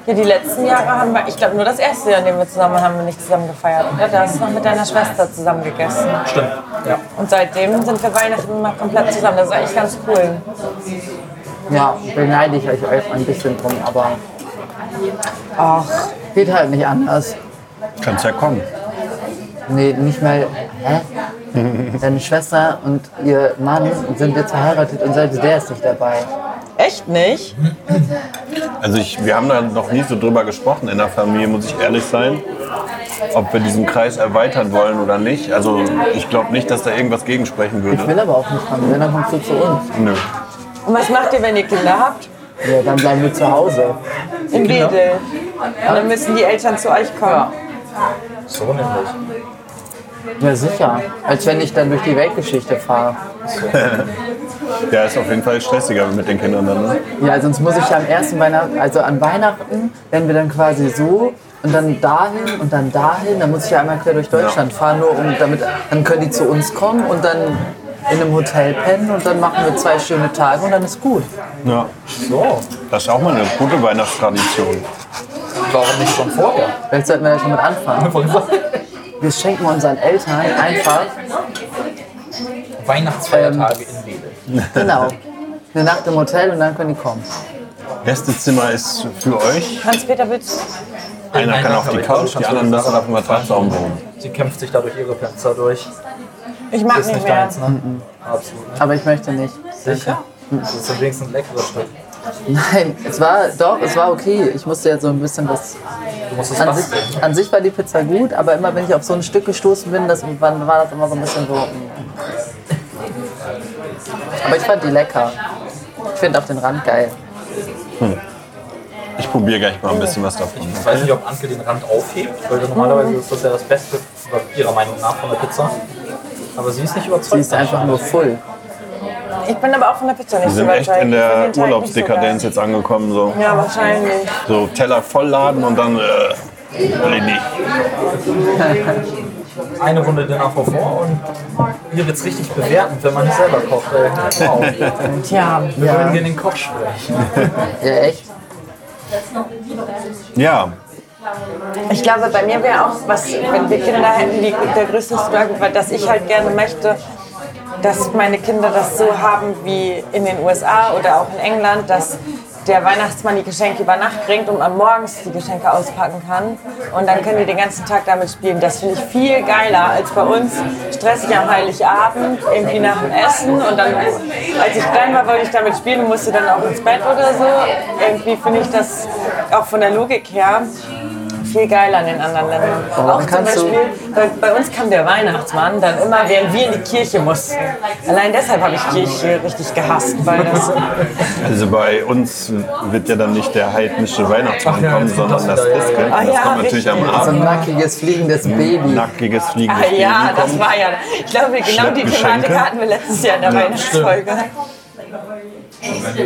C: Ja, die letzten Jahre haben wir, ich glaube nur das erste Jahr, in dem wir zusammen waren, haben wir nicht zusammen gefeiert. Ja, da hast du noch mit deiner Schwester zusammen gegessen.
E: Stimmt. Ja.
C: Und seitdem sind wir Weihnachten immer komplett zusammen. Das ist eigentlich ganz cool.
B: Ja, beneide ich euch euch ein bisschen drum, aber ach, geht halt nicht anders.
D: Kannst ja kommen.
B: Nee, nicht mal. Hä? Deine Schwester und ihr Mann sind jetzt verheiratet und selbst der ist nicht dabei.
C: Echt nicht?
D: Also ich, wir haben da noch nie so drüber gesprochen in der Familie, muss ich ehrlich sein. Ob wir diesen Kreis erweitern wollen oder nicht. Also ich glaube nicht, dass da irgendwas gegen sprechen
B: Ich
D: würde.
B: will aber auch nicht kommen, wenn dann kommst du zu uns.
D: Nö.
C: Und was macht ihr, wenn ihr Kinder habt?
B: Ja, dann bleiben wir zu Hause.
C: In Wedel. Und dann müssen die Eltern zu euch kommen.
E: So nämlich.
B: Ja, sicher. Als wenn ich dann durch die Weltgeschichte fahre.
D: Ja, ist auf jeden Fall stressiger mit den Kindern dann. Ne?
B: Ja, sonst muss ich ja am ersten Weihnachten, also an Weihnachten, wenn wir dann quasi so und dann dahin und dann dahin, dann muss ich ja einmal quer durch Deutschland fahren, nur um damit, dann können die zu uns kommen und dann in einem Hotel pennen und dann machen wir zwei schöne Tage und dann ist gut.
D: Ja.
E: So,
D: Das ist auch mal eine gute Weihnachtstradition.
E: warum nicht schon vorher?
B: Vielleicht sollten wir da schon mit anfangen. Wir schenken unseren Eltern einfach,
E: Weihnachtsfeiertage in Wedel.
B: genau, eine Nacht im Hotel und dann können die kommen.
D: Beste Zimmer ist für euch.
C: Hans-Peter, willst
D: Einer kann
E: Einer
D: auf die
E: kann
D: Couch,
E: auf die
D: die
E: Couch,
D: anderen
E: kannst du
D: Sachen auf dem Matratzaum wohnen.
E: Sie kämpft sich dadurch ihre Fenster durch.
C: ich mag
E: Ist
C: nicht
E: nicht
C: mehr.
E: deins, ne? Absolut. nicht.
B: Aber ich möchte nicht.
E: Sicher? Das ist wenigstens ein leckeres Stück.
B: Nein, es war, doch, es war okay. Ich musste ja so ein bisschen was
E: Du musst es
B: An
E: basteln.
B: sich, an sich war die Pizza gut, aber immer wenn ich auf so ein Stück gestoßen bin, das, war, war das immer so ein bisschen so. mm. Aber ich fand die lecker. Ich finde auch den Rand geil.
D: Ich probiere gleich mal ein bisschen was davon.
E: Ich weiß nicht, ob Anke den Rand aufhebt, weil normalerweise ist das ja das Beste, was ihrer Meinung nach von der Pizza. Aber sie ist nicht
B: Die
E: überzeugt.
B: ist einfach nur voll.
C: Ich bin aber auch von der Pizza nicht
D: Wir sind
C: so
D: echt in
C: überzeugt. Ich find
D: der
C: den Teig nicht so
D: Urlaubsdekadenz jetzt angekommen. So,
C: geil. Ja, wahrscheinlich.
D: so Teller vollladen und dann. Äh, nee, nee.
E: Eine Runde Dinner vor vor und hier wird es richtig bewertend, wenn man nicht selber kocht. Ey. Wow.
C: Tja,
E: Wir würden hier in den Kopf sprechen.
B: Ja, echt?
D: Ja,
C: ich glaube, bei mir wäre auch was, wenn wir Kinder hätten, die, der größte Struggle war, dass ich halt gerne möchte, dass meine Kinder das so haben wie in den USA oder auch in England, dass der Weihnachtsmann die Geschenke über Nacht bringt und man morgens die Geschenke auspacken kann. Und dann können die den ganzen Tag damit spielen. Das finde ich viel geiler als bei uns stressig am Heiligabend, irgendwie nach dem Essen. Und dann, als ich klein war, wollte ich damit spielen und musste dann auch ins Bett oder so. Irgendwie finde ich das auch von der Logik her viel geiler in den anderen Ländern. auch zum
B: kannst du-
C: Beispiel, bei, bei uns kam der Weihnachtsmann dann immer, während wir in die Kirche mussten. Allein deshalb habe ich Kirche richtig gehasst, weil das Ah
D: also bei uns wird ja dann nicht der heidnische Weihnachtsmann
E: Ach ja,
D: kommen,
E: jetzt kommt
D: sondern
E: das
D: das
E: wieder, ja,
D: Christkind.
E: ja,
C: ja.
D: Und
C: Ah,
D: Das
C: ja,
D: kommt natürlich am
B: So
D: Abend.
B: ein nackiges, fliegendes Baby.
D: Nackiges Fliegen.
C: Ah ja, das war ja. Ich glaube, genau die
D: Schleppgeschenke.
C: Thematik hatten wir letztes Jahr in der Weihnachtsfolge.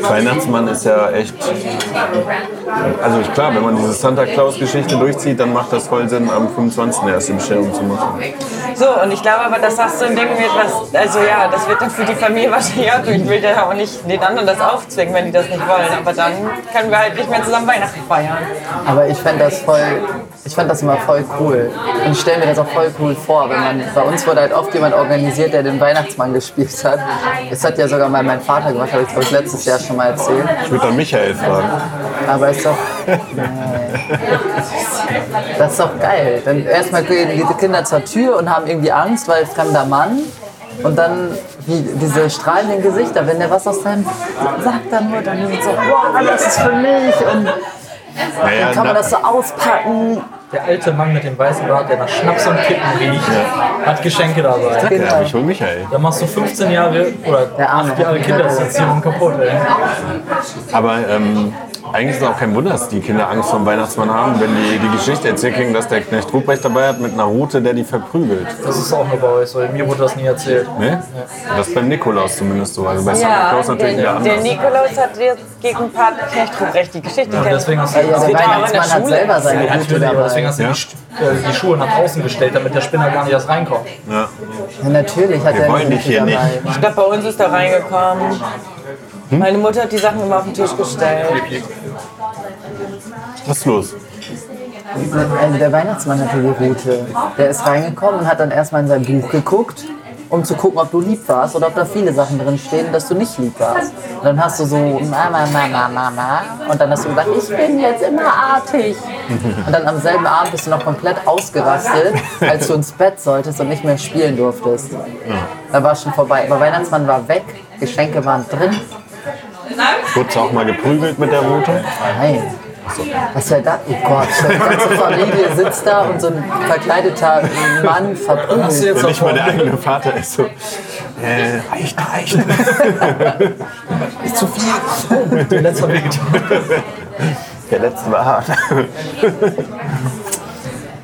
D: Weihnachtsmann ist ja echt. Also ich- klar, wenn man diese Santa Claus-Geschichte durchzieht, dann macht das voll Sinn, am 25. erst die Bescherung zu machen.
C: So, und ich glaube aber, das hast du ein Ding mit, was. Also ja, das wird dann für die Familie wahrscheinlich auch. Ich will ja auch nicht den anderen das aufzwingen, wenn die das nicht wollen. Aber dann können wir halt nicht mehr zusammen Weihnachten feiern.
B: Aber ich fand das voll, ich fand das immer voll cool. Und ich stelle mir das auch voll cool vor, wenn man, bei uns wurde halt oft jemand organisiert, der den Weihnachtsmann gespielt hat. Das hat ja sogar mal mein Vater gemacht, habe ich glaube ich letztes Jahr schon mal erzählt.
D: Ich würde dann Michael fragen.
B: Aber ist doch. Das ist doch geil. Dann erstmal gehen die Kinder zur Tür und haben irgendwie Angst, weil fremder Mann. Und dann wie diese strahlenden Gesichter, wenn der was aus seinem Sack dann holt, dann sind so, wow, das ist für mich. Und
D: Naja,
B: kann man
D: na-
B: das so auspacken.
E: Der alte Mann mit dem weißen Bart, der nach Schnaps und Kippen riecht, hat Geschenke dabei.
D: Ja, aber ich hole Michael.
E: Da machst du 15 Jahre oder
B: Der Arme.
E: 8 Jahre Kindererziehung kaputt. Ey.
D: Aber ähm, Eigentlich ist es auch kein Wunder, dass die Kinder Angst vor dem Weihnachtsmann haben, wenn die die Geschichte erzählt kriegen, dass der Knecht Ruprecht dabei hat mit einer Rute, der die verprügelt.
E: Das ist auch eine bei euch, weil mir wurde das nie erzählt.
D: Ne? Das ist beim Nikolaus zumindest so. Also bei Santa
I: Ja,
D: Claus natürlich wieder
I: der,
D: anders.
I: der Nikolaus hat jetzt gegen Partner Knecht recht die Geschichte
E: Und
I: kennt.
E: deswegen hast du
B: Ja,
E: das
B: der
E: geht ja auch in der
B: Weihnachtsmann hat
E: Schule.
B: selber
E: Ja,
B: seine Route
E: natürlich, aber deswegen
B: dabei.
E: hast du
D: Ja.
E: die, Sch- äh, die Schuhe nach draußen gestellt, damit der Spinner gar nicht erst reinkommt.
D: Ja.
B: Ja, natürlich hat
D: Wir
B: er
D: wollen
B: eine
D: dich hier
B: Route
D: nicht.
B: dabei.
I: Ich glaube, bei uns ist er reingekommen. Meine Mutter hat die Sachen immer auf den Tisch gestellt.
D: Was ist los?
B: Also der Weihnachtsmann hatte die Route. Der ist reingekommen und hat dann erstmal in sein Buch geguckt, um zu gucken, ob du lieb warst oder ob da viele Sachen drin stehen, dass du nicht lieb warst. Und dann hast du so Mama, Mama, Mama. Und dann hast du gesagt, ich bin jetzt immer artig. Und dann am selben Abend bist du noch komplett ausgerastet, als du ins Bett solltest und nicht mehr spielen durftest. Da war es schon vorbei. Aber Weihnachtsmann war weg, Geschenke waren drin.
D: Wurdest du auch mal geprügelt mit der Rute?
B: Nein. Was wäre das? Oh Gott, die ganze Familie sitzt da und so ein verkleideter Mann
E: Hast du
B: verprügelt.
E: jetzt
D: Wenn nicht mal
E: davor,
D: der eigene Vater ist so. Äh, reicht, reicht.
E: ist zu viel. Oh, der letzte hat wehgetan.
D: Der letzte war hart.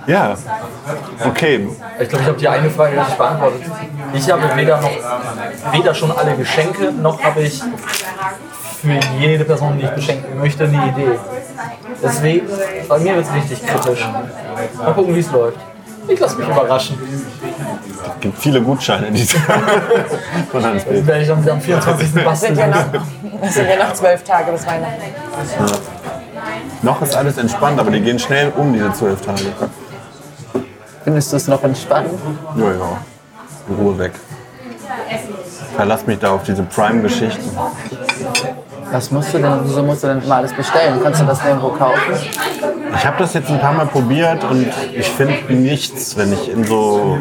D: ja. Okay.
E: Ich glaube, ich habe die eine Frage nicht beantwortet. Ich habe weder noch weder schon alle Geschenke, noch habe ich für jede Person, die ich beschenken möchte, eine Idee. Deswegen, bei mir wird es richtig kritisch. Mal gucken, wie es läuft. Ich lasse mich überraschen.
D: Es gibt viele Gutscheine in dieser. Von Hans
E: Dann werde ich dann wieder am 24.
I: Sind ja
E: basteln.
I: noch, es sind ja noch zwölf Tage bis Weihnachten.
D: Noch ist alles entspannt, aber die gehen schnell um, diese zwölf Tage.
B: Findest du es noch entspannt?
D: Ja, ja. Die Ruhe weg. Verlass mich da auf diese Prime-Geschichten.
B: Was musst du denn, wieso musst du denn immer alles bestellen? Kannst du das irgendwo kaufen?
D: Ich habe das jetzt ein paar Mal probiert und ich finde nichts, wenn ich in so.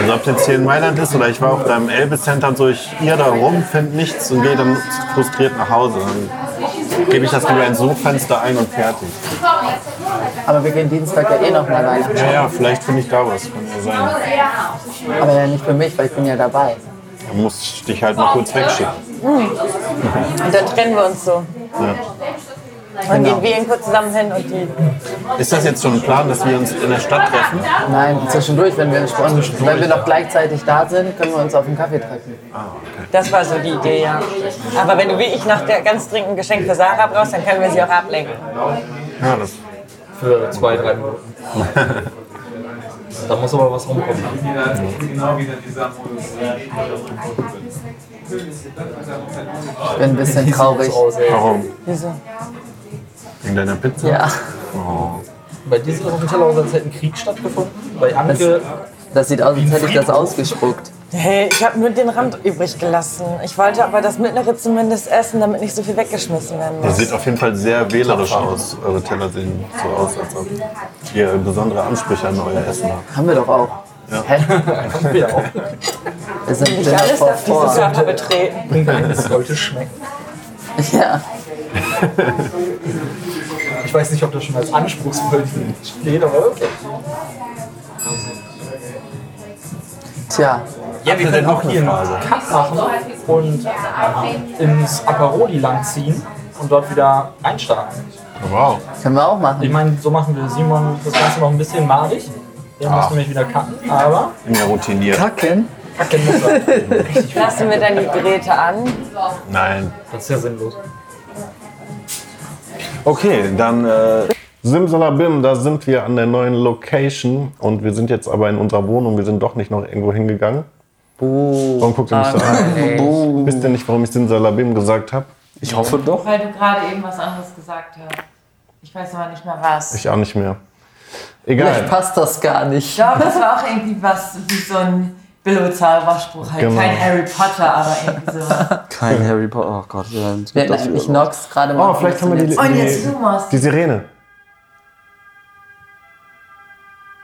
D: Also, ob es jetzt hier in Mailand ist oder ich war auf da im Elbe Center und so, ich irre da rum, finde nichts und gehe dann frustriert nach Hause. Dann gebe ich das lieber ins Suchfenster ein und fertig.
B: Aber wir gehen Dienstag ja eh nochmal Weihnachten.
D: Ja, ja, vielleicht finde ich da was. Kann ja sein.
B: Aber ja nicht für mich, weil ich bin ja dabei.
D: Da muss ich dich halt mal kurz wegschicken.
I: Und dann trennen wir uns so. Dann gehen wir irgendwo zusammen hin und die.
D: Ist das jetzt schon ein Plan, dass wir uns in der Stadt treffen?
B: Nein, zwischendurch, wenn wir, wenn wir noch gleichzeitig da sind, können wir uns auf einen Kaffee treffen.
I: Das war so die Idee, ja. Aber wenn du wie ich nach der ganz dringend Geschenk für Sarah brauchst, dann können wir sie auch ablenken.
D: Ja, das
E: Für zwei, drei Minuten. Da muss aber was rumkommen.
B: Ich bin ein bisschen traurig.
E: Aus, ey.
D: warum?
I: Wieso?
D: Wegen deiner Pizza? Oh.
B: Ja,
E: Bei dir sieht das auf dem Teller aus, als hätte ein Krieg stattgefunden. Bei Anke
B: das sieht aus, als hätte ich das ausgespuckt.
I: Hey, ich habe nur den Rand übrig gelassen. Ich wollte aber das mittlere zumindest essen, damit nicht so viel weggeschmissen werden
D: Das
I: muss.
D: sieht auf jeden Fall sehr wählerisch aus. Eure Teller sehen so aus, als ob ihr besondere Ansprüche an euer Essen habt.
B: Haben wir doch auch. Hä?
E: kommt wieder auf.
B: Wir sind
I: Ich
B: Dinner
I: alles
B: for
I: darf dieses
B: Four.
I: Körper betreten.
E: Es sollte schmecken.
B: Ja.
E: Ich weiß nicht, ob das schon als anspruchsvoll steht, aber okay.
B: Tja,
E: Ja, wir können auch hier einen Cut machen und ins Aparoli lang ziehen und dort wieder einstarten.
D: Wow.
B: können wir auch
E: Ich
B: machen.
E: meine, so machen wir Simon das Ganze noch ein bisschen madig. Er muss nämlich wieder cutten, aber
D: Mehr routiniert.
B: Kacken?
E: kacken muss er.
I: Lassen wir dann die Geräte an.
D: Nein.
E: Das ist ja sinnlos.
D: Okay, dann. Äh Simsalabim, da sind wir an der neuen Location und wir sind jetzt aber in unserer Wohnung. Wir sind doch nicht noch irgendwo hingegangen. Warum guckt ihr mich so an? Wisst ihr nicht, warum ich Simsalabim gesagt habe?
A: Ich hoffe doch.
J: Weil du gerade eben was anderes gesagt hast. Ich weiß aber nicht mehr was.
D: Ich auch nicht mehr.
B: Vielleicht
D: Egal.
B: passt das gar nicht.
J: Ich glaube, das war auch irgendwie was wie so ein Billo-Zauberspruch. Halt
D: Genau.
J: kein Harry Potter, aber irgendwie sowas.
A: Kein Harry Potter. Oh Gott, ja, uns
B: Wir
A: gibt das
B: hätten eigentlich
A: wieder.
B: Nox gerade mal.
D: Oh, vielleicht haben wir die,
J: Und jetzt
D: die,
J: Lumos.
D: die Sirene.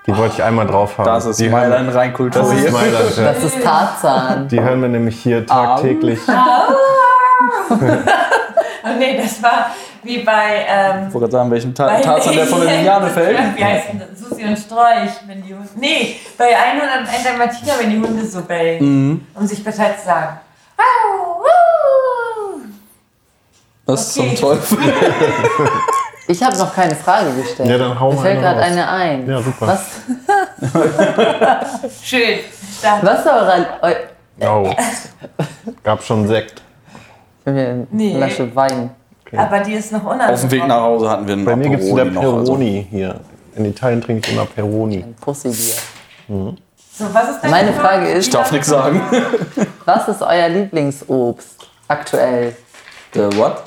D: Die wollte ich einmal drauf haben.
A: Das ist
D: die
A: Mailand
D: Das ist
A: reinkulturiert.
D: Mailand. ja.
B: Das ist Tarzan.
D: Die hören wir nämlich hier tagtäglich.
J: Und nee, das war wie bei. Ähm,
A: Ich wollte gerade sagen, welchen
J: bei-
A: Ta Tarzan, der von der Liane fällt.
J: Wie heißt denn das? Susi und Strolch, wenn die Hunde. Nee, bei 101 Dalmatiner, wenn die Hunde so
A: Mhm.
J: bellen, um sich Bescheid zu sagen. Au, au.
A: Was
K: Okay.
A: zum Teufel?
B: Ich habe noch keine Frage gestellt.
D: Ja, dann hau
B: Mir
D: mal
B: fällt
D: eine
B: gerade
D: raus.
B: eine ein.
D: Ja, super.
B: Was,
K: Schön. Dann,
B: was war eure... Eu
D: Oh. Gab schon Sekt.
B: ich hab hier eine
K: Nee.
B: Flasche Wein.
K: aber die ist noch
A: Auf dem Weg
K: unangenehm.
A: nach Hause hatten wir einen
D: Bei mir gibt es wieder
A: Aperoni noch. Also.
D: Peroni hier. In Italien trinke ich immer Peroni.
B: Pussy-Bier.
K: So, was ist deine
B: Meine Frage ist-
A: Ich darf nichts sagen.
B: Was ist euer Lieblingsobst aktuell
A: Der what?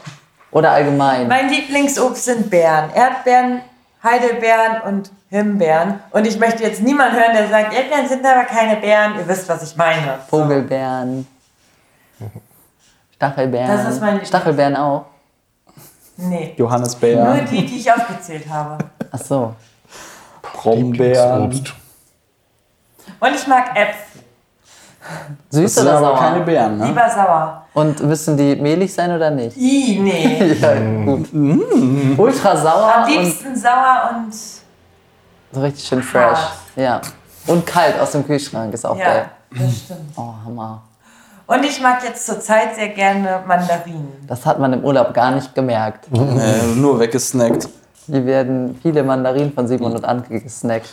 B: oder allgemein?
C: Mein Lieblingsobst sind Beeren. Erdbeeren, Heidelbeeren und Himbeeren. Und ich möchte jetzt niemanden hören, der sagt, Erdbeeren sind aber keine Beeren. Ihr wisst, was ich meine.
B: Vogelbeeren. Stachelbeeren.
C: Das ist mein Lieblings-
B: Stachelbeeren auch.
C: Nee.
A: Johannes
C: Nur
A: Bär,
C: die, die ich aufgezählt habe.
B: Ach so.
A: Brombeer.
C: Und ich mag Äpfel.
A: Das
B: Süß
A: sind
B: oder
A: aber
B: sauer?
A: keine Bären, ne?
C: Lieber sauer.
B: Und müssen die mehlig sein oder nicht?
C: I, nee.
B: Ja, gut. Ultra sauer
C: Am
B: und
C: liebsten sauer und
B: so richtig schön fresh.
C: Hart.
B: Ja. Und kalt aus dem Kühlschrank ist auch geil.
C: ja, das stimmt.
B: Oh, Hammer.
C: Und ich mag jetzt zurzeit sehr gerne Mandarinen.
B: Das hat man im Urlaub gar nicht gemerkt.
A: Äh, nur weggesnackt.
B: Hier werden viele Mandarinen von Simon und Anke gesnackt.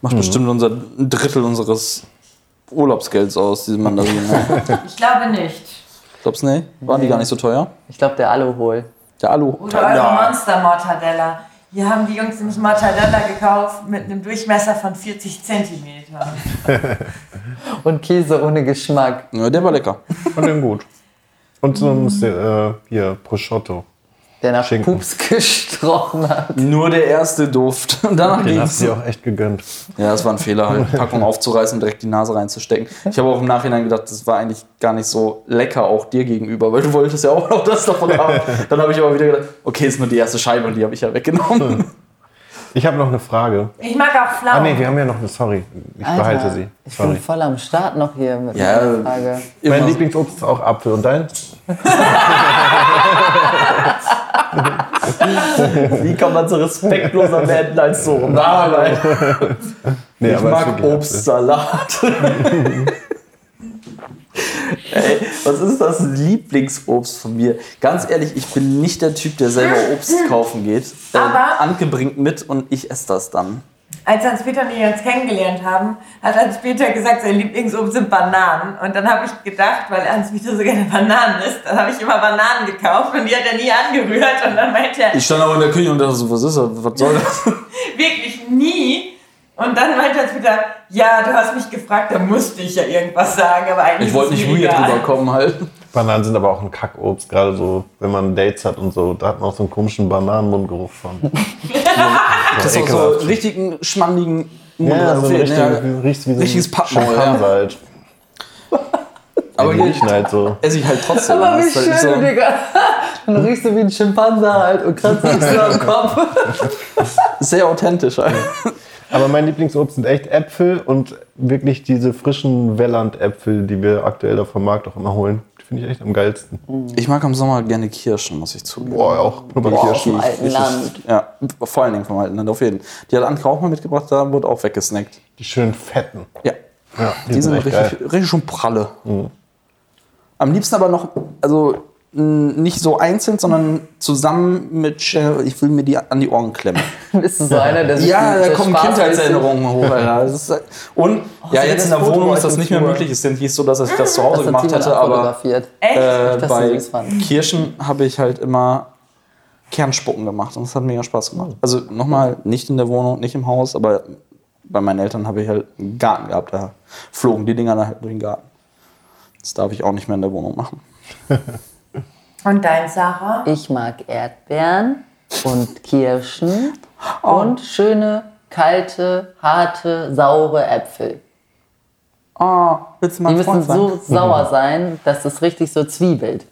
A: Macht
B: Hm.
A: bestimmt unser ein Drittel unseres Urlaubsgelds aus, diese Mandarinen.
K: Ich glaube nicht.
A: Glaubst du nicht? Waren die gar nicht so teuer?
B: Ich glaube, der Aluhol.
A: Der Alu.
C: Oder eure Monster-Mortadella. Hier haben die Jungs nämlich Mortadella gekauft mit einem Durchmesser von 40 Zentimetern.
B: Und Käse ohne Geschmack.
A: Ja, der war lecker.
D: Und dann gut. Und so ein äh, hier, Prosciutto.
B: Der nach
D: Schinken.
B: Pups gestrochen hat.
A: Nur der erste Duft. Und danach
D: Den
A: ging's.
D: hast du dir auch echt gegönnt.
A: Ja, das war ein Fehler, halt. Packung aufzureißen und direkt die Nase reinzustecken. Ich habe auch im Nachhinein gedacht, das war eigentlich gar nicht so lecker auch dir gegenüber, weil du wolltest ja auch noch das davon haben. Dann habe ich aber wieder gedacht, okay, ist nur die erste Scheibe und die habe ich ja weggenommen.
D: Ich habe noch eine Frage.
C: Ich mag auch Pflaumen.
D: Ah, nee, wir haben ja noch eine. Sorry. Ich
B: Alter,
D: behalte sie.
B: Ich bin
D: Sorry.
B: voll am Start noch hier mit
A: Ja,
B: meiner Frage.
A: Immer
D: Mein
A: so.
D: Lieblingsobst ist auch Apfel. Und dein?
A: Wie kann man so respektloser werden als so? Nein, nein.
D: Nee,
A: Ich
D: aber es ist
A: mag
D: wirklich
A: Obstsalat. Ey, was ist das Lieblingsobst von mir? Ganz ehrlich, ich bin nicht der Typ, der selber Obst kaufen geht. Äh,
C: Aber-
A: Anke bringt mit und ich esse das dann.
C: Als Hans-Peter und ich uns kennengelernt haben, hat Hans-Peter gesagt, sein Lieblingsobst sind Bananen. Und dann habe ich gedacht, weil Hans-Peter so gerne Bananen isst, dann habe ich immer Bananen gekauft und die hat er nie angerührt. Und dann meinte er,
A: Ich stand aber in der Küche und dachte so, was ist das? Was soll das?
C: wirklich nie. Und dann meinte Hans-Peter, ja, du hast mich gefragt, da musste ich ja irgendwas sagen. Aber eigentlich
A: Ich wollte
C: ist
A: nicht
C: es mir
A: weird
C: egal.
A: rüberkommen halt.
D: Bananen sind aber auch ein Kackobst, gerade so, wenn man Dates hat und so. Da hat man auch so einen komischen Bananenmundgeruch von.
A: Das ist auch so richtigen, schmandigen Mund.
D: Ja, so ein richtig,
A: Ja,
D: riechst wie so ein
A: richtiges Pappmaul, ja. Oh
D: Schimpanse halt.
A: aber
D: Die
A: hier
D: riechen halt so.
A: esse ich halt trotzdem.
B: Aber wie
A: Das ist
B: schön,
A: halt
B: so. Digga. Dann riechst du wie ein Schimpanse halt und kratzt dich so am Kopf.
A: so sehr authentisch. Halt.
D: Aber mein Lieblingsobst sind echt Äpfel und wirklich diese frischen Welland-Äpfel, die wir aktuell da vom Markt auch immer holen. Die finde ich echt am geilsten.
A: Ich mag am Sommer gerne Kirschen, muss ich zugeben.
D: Boah, auch
A: die
D: Knubberkirschen.
A: ich
B: alten
A: richtig-
B: Land.
A: Ja, vor allen Dingen vom alten Land, auf jeden Fall. Die hat Anke auch mal mitgebracht, da wurde auch weggesnackt.
D: Die schönen fetten.
A: Ja,
D: Ja,
A: die, sind, Mhm. richtig, richtig schon pralle. Am liebsten aber noch, also n- nicht so einzeln, sondern zusammen mit, Sch- ich will mir die an die Ohren klemmen.
B: Bist du so einer, der sich
A: Ja, da
B: der
A: kommen
B: Spaß-
A: Kindheitserinnerungen hoch. Alter. Das ist, halt- und ja,
B: seht ihr
A: jetzt in der
B: das Oh, Foto
A: Wohnung
B: bei
A: ist das
B: euch
A: nicht mehr
B: im Flur?
A: möglich. Es ist nicht so, dass ich das zu
B: Das
A: Hause
B: hat
A: gemacht
B: Simon
A: hätte,
B: auch
A: halt aber
B: fotografiert.
C: Echt?
A: äh,
B: das
A: bei
B: süß fand.
A: Kirschen habe ich halt immer Kernspucken gemacht und das hat mega Spaß gemacht. Also nochmal, nicht in der Wohnung, nicht im Haus, aber bei meinen Eltern habe ich halt einen Garten gehabt. Da flogen die Dinger dann halt durch den Garten. Das darf ich auch nicht mehr in der Wohnung machen.
C: Und dein Sarah?
B: Ich mag Erdbeeren und Kirschen
C: Oh.
B: und schöne, kalte, harte, saure Äpfel.
A: Oh, willst du
B: Die
A: mal Freund
B: müssen
A: sein?
B: so sauer sein, dass es richtig so zwiebelt.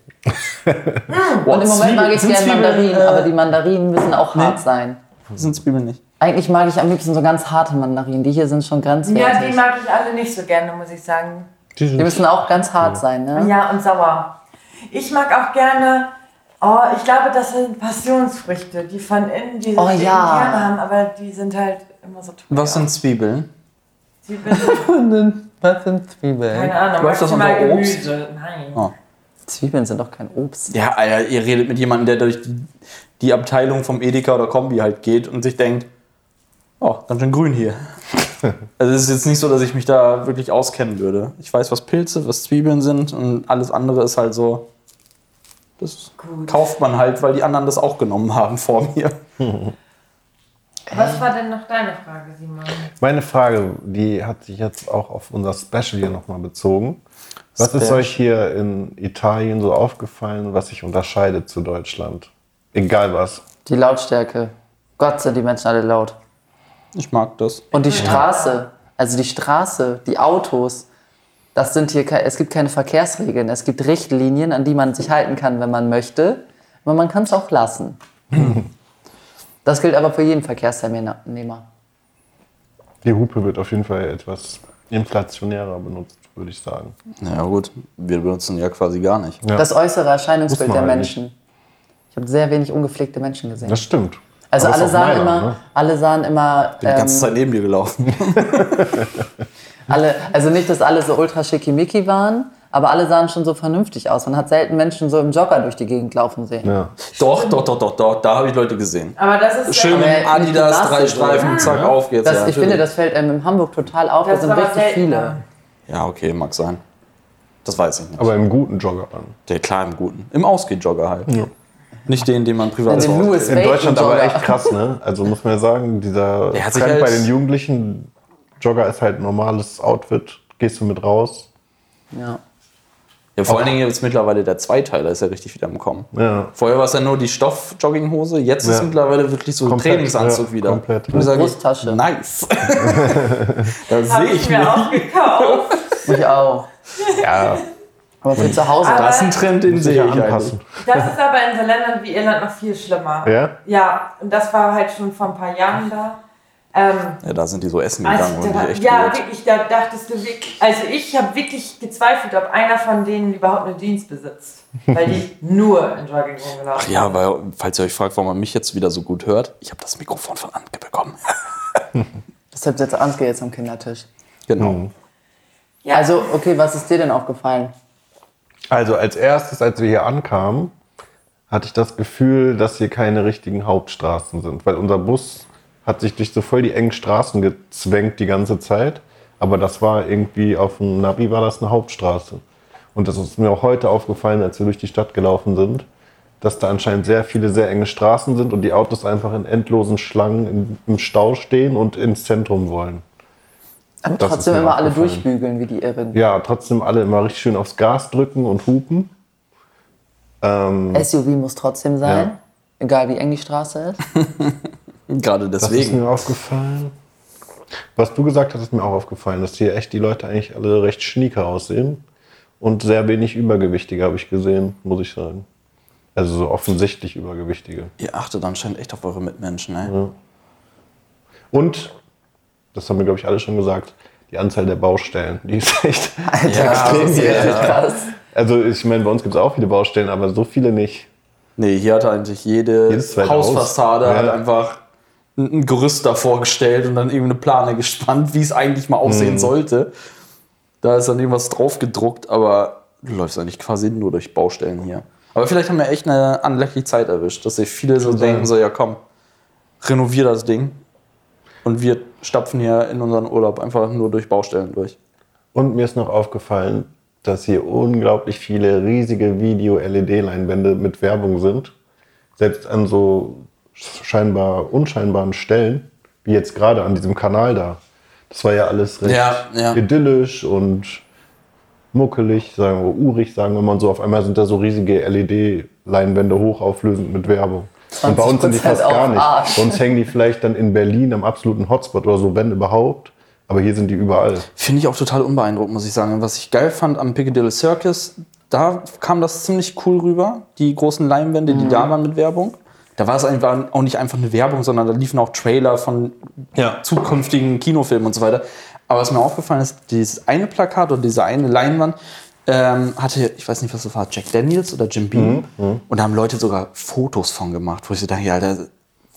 A: Boah,
B: Und im Moment
A: Zwiebeln-
B: mag ich
A: sind
B: gerne
A: Zwiebeln,
B: Mandarinen,
A: äh,
B: aber die Mandarinen müssen auch hart sein.
A: Sind Zwiebeln nicht.
B: Eigentlich mag ich am liebsten so ganz harte Mandarinen. Die hier sind schon
C: Ja, die
B: grenzwertig.
C: mag ich alle nicht so gerne, muss ich sagen.
B: die müssen auch ganz hart sein, ne?
C: Ja, und sauer. Ich mag auch gerne, oh, ich glaube, das sind Passionsfrüchte, die von innen diese
B: Oh,
C: dicken
B: ja.
C: Kerne haben, aber die sind halt immer so teuer.
A: Was sind Zwiebeln?
C: Die sind,
B: Was sind Zwiebeln?
C: keine Ahnung,
A: Läuft das
C: maximal
A: unter Obst?
C: Gemüse. Nein.
A: Oh.
B: Zwiebeln sind doch kein Obst.
A: Ja, Alter, ihr redet mit jemandem, der durch die, die Abteilung vom Edeka oder Kombi halt geht und sich denkt, oh, ganz schön grün hier. also es ist jetzt nicht so, dass ich mich da wirklich auskennen würde. Ich weiß, was Pilze, was Zwiebeln sind und alles andere ist halt so, das kauft man halt, weil die anderen das auch genommen haben vor mir.
J: Was war denn noch deine Frage, Simon?
D: Meine Frage, die hat sich jetzt auch auf unser Special hier nochmal bezogen. Was ist
A: Special.
D: euch hier in Italien so aufgefallen, was sich unterscheidet zu Deutschland? Egal was.
B: Die Lautstärke. Gott sind die Menschen alle laut.
A: Ich mag das.
B: Und die Straße, also die Straße, die Autos, das sind hier, ke- es gibt keine Verkehrsregeln, es gibt Richtlinien, an die man sich halten kann, wenn man möchte, aber man kann es auch lassen. Das gilt aber für jeden Verkehrsteilnehmer.
D: Die Hupe wird auf jeden Fall etwas inflationärer benutzt, würde ich sagen.
A: Na ja, gut, wir benutzen ja quasi gar nicht.
D: Ja.
B: Das äußere
D: Muss
B: Erscheinungsbild der
D: man eigentlich.
B: Menschen. Ich habe sehr wenig ungepflegte Menschen gesehen.
D: Das stimmt.
B: also
D: Aber ist
B: alle
D: auch
B: sahen,
D: meiner,
B: immer,
D: ne?
B: alle sahen immer,
A: Die
B: ähm,
A: ganze Zeit neben dir gelaufen.
B: alle, also nicht, dass alle so ultra schickimicki waren, aber alle sahen schon so vernünftig aus. Man hat selten Menschen so im Jogger durch die Gegend laufen sehen.
D: Ja.
A: doch, doch, doch, doch, doch, da habe ich Leute gesehen.
J: Aber das ist
A: Schön
B: Aber
A: mit
B: mit
A: Adidas,
B: Gymnastik,
A: drei Streifen, zack, auf geht's.
B: Das,
A: ja,
B: ich finde,
A: natürlich.
B: das fällt einem in Hamburg total auf.
J: Das
B: da sind
J: war
B: richtig
J: seltener.
B: viele.
A: Ja, okay, mag sein. Das weiß ich nicht.
D: Aber im guten Jogger an.
A: Der klar im Guten. Im Ausgeh-Jogger halt. Nicht den, den man privat
B: Also
A: braucht.
B: Louis
D: In Deutschland aber echt
B: Weltenjogger.
D: krass, ne? Also muss man ja sagen, dieser
A: Der hat sich
D: Trend bei
A: halt-
D: den Jugendlichen, Jogger ist halt ein normales Outfit, gehst du mit raus.
J: ne?
B: Ja.
A: Ja, vor allen Dingen jetzt mittlerweile der Zweiteiler ist ja richtig wieder im Kommen.
D: Ja.
A: Vorher war es ja nur die Stoff-Jogginghose, jetzt ist
D: Ja.
A: mittlerweile wirklich so ein
D: Komplett,
A: Trainingsanzug
D: ja,
A: wieder.
D: komplett.
A: Und ich sage,
B: Brusttasche.
A: Nice. da sehe ich mich.
J: mir auch gekauft.
B: Ich auch.
D: Ja, Hm.
B: Aber für zu Hause.
J: Aber
A: Das ist ein Trend, den
D: sich
A: sehe
D: ja
A: ich
D: anpassen.
A: anpassen.
J: Das ist aber in so Ländern wie Irland noch viel schlimmer.
D: Ja?
J: Ja, und das war halt schon vor ein paar Jahren da. Ähm,
A: Ja, da sind die so essen gegangen
J: also
A: und
J: da,
A: ich echt
J: ja,
A: blöd.
J: wirklich, da dachtest du wirklich, also ich habe wirklich gezweifelt, ob einer von denen überhaupt einen Dienst besitzt, weil die nur in Jogging rumgelaufen
A: Ja, weil, falls ihr euch fragt, warum man mich jetzt wieder so gut hört, ich habe das Mikrofon von Anke bekommen.
B: Deshalb sitzt Ansgar jetzt am Kindertisch.
A: Genau.
D: Mhm.
J: Ja.
B: Also, okay, was ist dir denn aufgefallen?
D: Also als erstes, als wir hier ankamen, hatte ich das Gefühl, dass hier keine richtigen Hauptstraßen sind, weil unser Bus hat sich durch so voll die engen Straßen gezwängt die ganze Zeit. Aber das war irgendwie auf dem Navi war das eine Hauptstraße. Und das ist mir auch heute aufgefallen, als wir durch die Stadt gelaufen sind, dass da anscheinend sehr viele sehr enge Straßen sind und die Autos einfach in endlosen Schlangen im- im Stau stehen und ins Zentrum wollen.
B: Aber
D: Das ist
B: trotzdem
D: mir
B: immer alle
D: aufgefallen.
B: durchbügeln wie die Irren.
D: Ja, trotzdem alle immer richtig schön aufs Gas drücken und hupen. Ähm,
B: SUV muss trotzdem sein.
D: Ja.
B: Egal wie eng die Straße ist.
A: Gerade
D: Das
A: deswegen.
D: ist mir aufgefallen. Was du gesagt hast, ist mir auch aufgefallen, dass hier echt die Leute eigentlich alle recht schnieker aussehen. Und sehr wenig Übergewichtige habe ich gesehen, muss ich sagen. Also so offensichtlich Übergewichtige.
A: Ihr achtet anscheinend echt auf eure Mitmenschen, ne? ey.
D: Und, das haben wir, glaube ich, alle schon gesagt, die Anzahl der Baustellen, die ist echt extrem
B: Das ist
D: hier.
B: richtig krass.
D: Also ich meine, bei uns gibt es auch viele Baustellen, aber so viele nicht.
A: Nee, hier hatte eigentlich jede
D: Jedes zweite
A: Hausfassade
D: Haus.
A: hat
D: Ja.
A: einfach ein ein Gerüst davor gestellt und dann eben eine Plane gespannt, wie es eigentlich mal
D: Mhm.
A: aussehen sollte. Da ist dann irgendwas drauf gedruckt, aber du läufst eigentlich quasi nur durch Baustellen hier. Aber vielleicht haben wir echt eine unlucky Zeit erwischt, dass sich viele so denken, so ja komm, renovier das Ding. Und wir stapfen hier in unseren Urlaub einfach nur durch Baustellen durch.
D: Und mir ist noch aufgefallen, dass hier unglaublich viele riesige Video-LED-Leinwände mit Werbung sind. Selbst an so scheinbar unscheinbaren Stellen, wie jetzt gerade an diesem Kanal da. Das war ja alles recht
A: Ja, ja.
D: idyllisch und muckelig, sagen wir, urig, sagen wir mal so. Auf einmal sind da so riesige LED-Leinwände hochauflösend mit Werbung. Und bei uns sind die
B: 20%
D: fast gar
B: auf
D: nicht.
B: Arsch.
D: Bei uns hängen die vielleicht dann in Berlin am absoluten Hotspot oder so, wenn überhaupt. Aber hier sind die überall.
A: Finde ich auch total unbeeindruckt, muss ich sagen. Was ich geil fand am Piccadilly Circus, da kam das ziemlich cool rüber. Die großen Leinwände, die da waren mit Werbung. Da war es einfach auch nicht einfach eine Werbung, sondern da liefen auch Trailer von zukünftigen Kinofilmen und so weiter. Aber was mir aufgefallen ist, dieses eine Plakat oder diese eine Leinwand ähm, hatte, ich weiß nicht, was das war, Jack Daniels oder Jim Beam. Und da haben Leute sogar Fotos von gemacht, wo ich so dachte, Alter,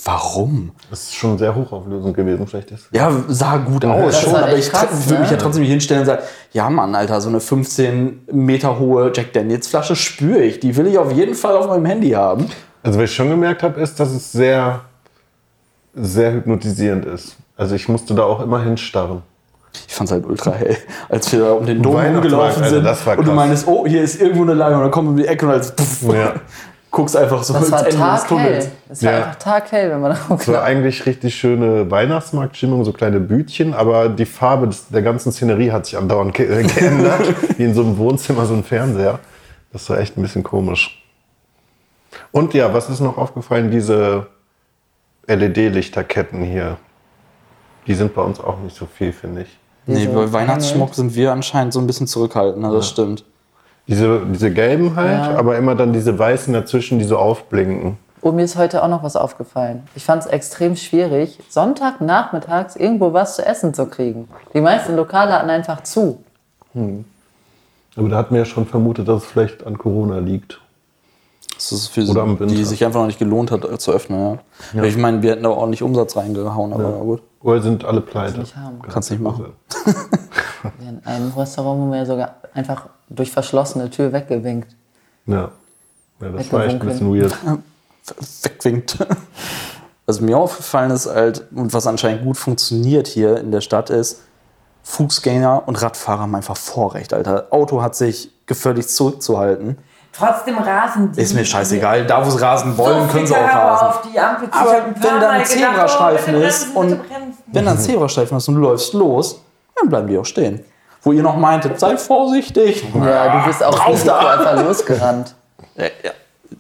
A: Warum?
D: Das ist schon sehr hochauflösend gewesen, vielleicht ist.
A: Ja, sah gut aus
B: das
A: schon,
B: war
A: aber
B: echt
A: ich
B: krass,
A: tra- würde mich ja
B: ne?
A: trotzdem nicht hinstellen und sagen, ja Mann, Alter, so eine 15 Meter hohe Jack Daniels Flasche spüre ich. Die will ich auf jeden Fall auf meinem Handy haben.
D: Also was ich schon gemerkt habe, ist, dass es sehr, sehr hypnotisierend ist. Also ich musste da auch immer hinstarren.
A: Ich fand's halt ultra hell, als wir da um den Dom
D: Weihnachtsmarkt,
A: rumgelaufen
D: also
A: sind
D: das war
A: und du
D: krass.
A: meinst, oh, hier ist irgendwo eine Leiche und dann kommen wir um die Ecke und als pff,
D: Ja.
A: guckst einfach so
B: Das
A: ins
B: war
A: Ende des Tunnels.
B: taghell. Das war
D: Ja.
B: einfach taghell, wenn man da
D: Es war
B: hochkommt.
D: eigentlich richtig schöne Weihnachtsmarktstimmung, so kleine Bütchen, aber die Farbe des, der ganzen Szenerie hat sich andauernd ge äh, geändert. wie in so einem Wohnzimmer, so ein Fernseher. Das war echt ein bisschen komisch. Und ja, was ist noch aufgefallen? Diese LED-Lichterketten hier. Die sind bei uns auch nicht so viel, finde ich.
A: Nee, bei Weihnachtsschmuck sind wir anscheinend so ein bisschen zurückhaltender, das stimmt.
D: Diese, diese gelben halt, aber immer dann diese weißen dazwischen, die so aufblinken.
B: Und Oh, mir ist heute auch noch was aufgefallen. Ich fand es extrem schwierig, Sonntagnachmittags irgendwo was zu essen zu kriegen. Die meisten Lokale hatten einfach zu.
D: Aber da hatten wir ja schon vermutet, dass es vielleicht an Corona liegt.
A: Das ist für
D: Oder am Winter.
A: die sich einfach noch nicht gelohnt hat äh, zu öffnen. Ja. Ich meine, wir hätten da ordentlich Umsatz reingehauen, aber na gut,
D: Oder sind alle pleite?
B: haben.
A: kannst nicht machen.
B: In einem Restaurant wurden wir sogar einfach durch verschlossene Tür weggewinkt.
D: Ja. ja das war echt ein bisschen weird.
A: wegwinkt. Was mir aufgefallen ist halt, und was anscheinend gut funktioniert hier in der Stadt ist, Fußgänger und Radfahrer haben einfach Vorrecht, Alter. Auto hat sich gefälligst zurückzuhalten.
J: Trotzdem rasen die.
A: Ist mir scheißegal, da wo sie rasen
J: So
A: wollen,
J: viel
A: können sie auch
J: Karacho
A: rasen.
J: auf die Ampel zu.
A: Aber
J: Ich hab ein paar
A: wenn da ein
J: Mal gedacht,
A: Zebrastreifen
J: oh, bitte
A: ist
J: bremsen,
A: und-
J: bitte bremsen.
A: Wenn da ein Zebrastreifen ist und du läufst los, dann bleiben die auch stehen. Wo ihr noch meintet, sei vorsichtig.
B: Ja, du bist auch
A: Drauf
B: Risiko
A: da.
B: einfach losgerannt.
A: Äh, ja.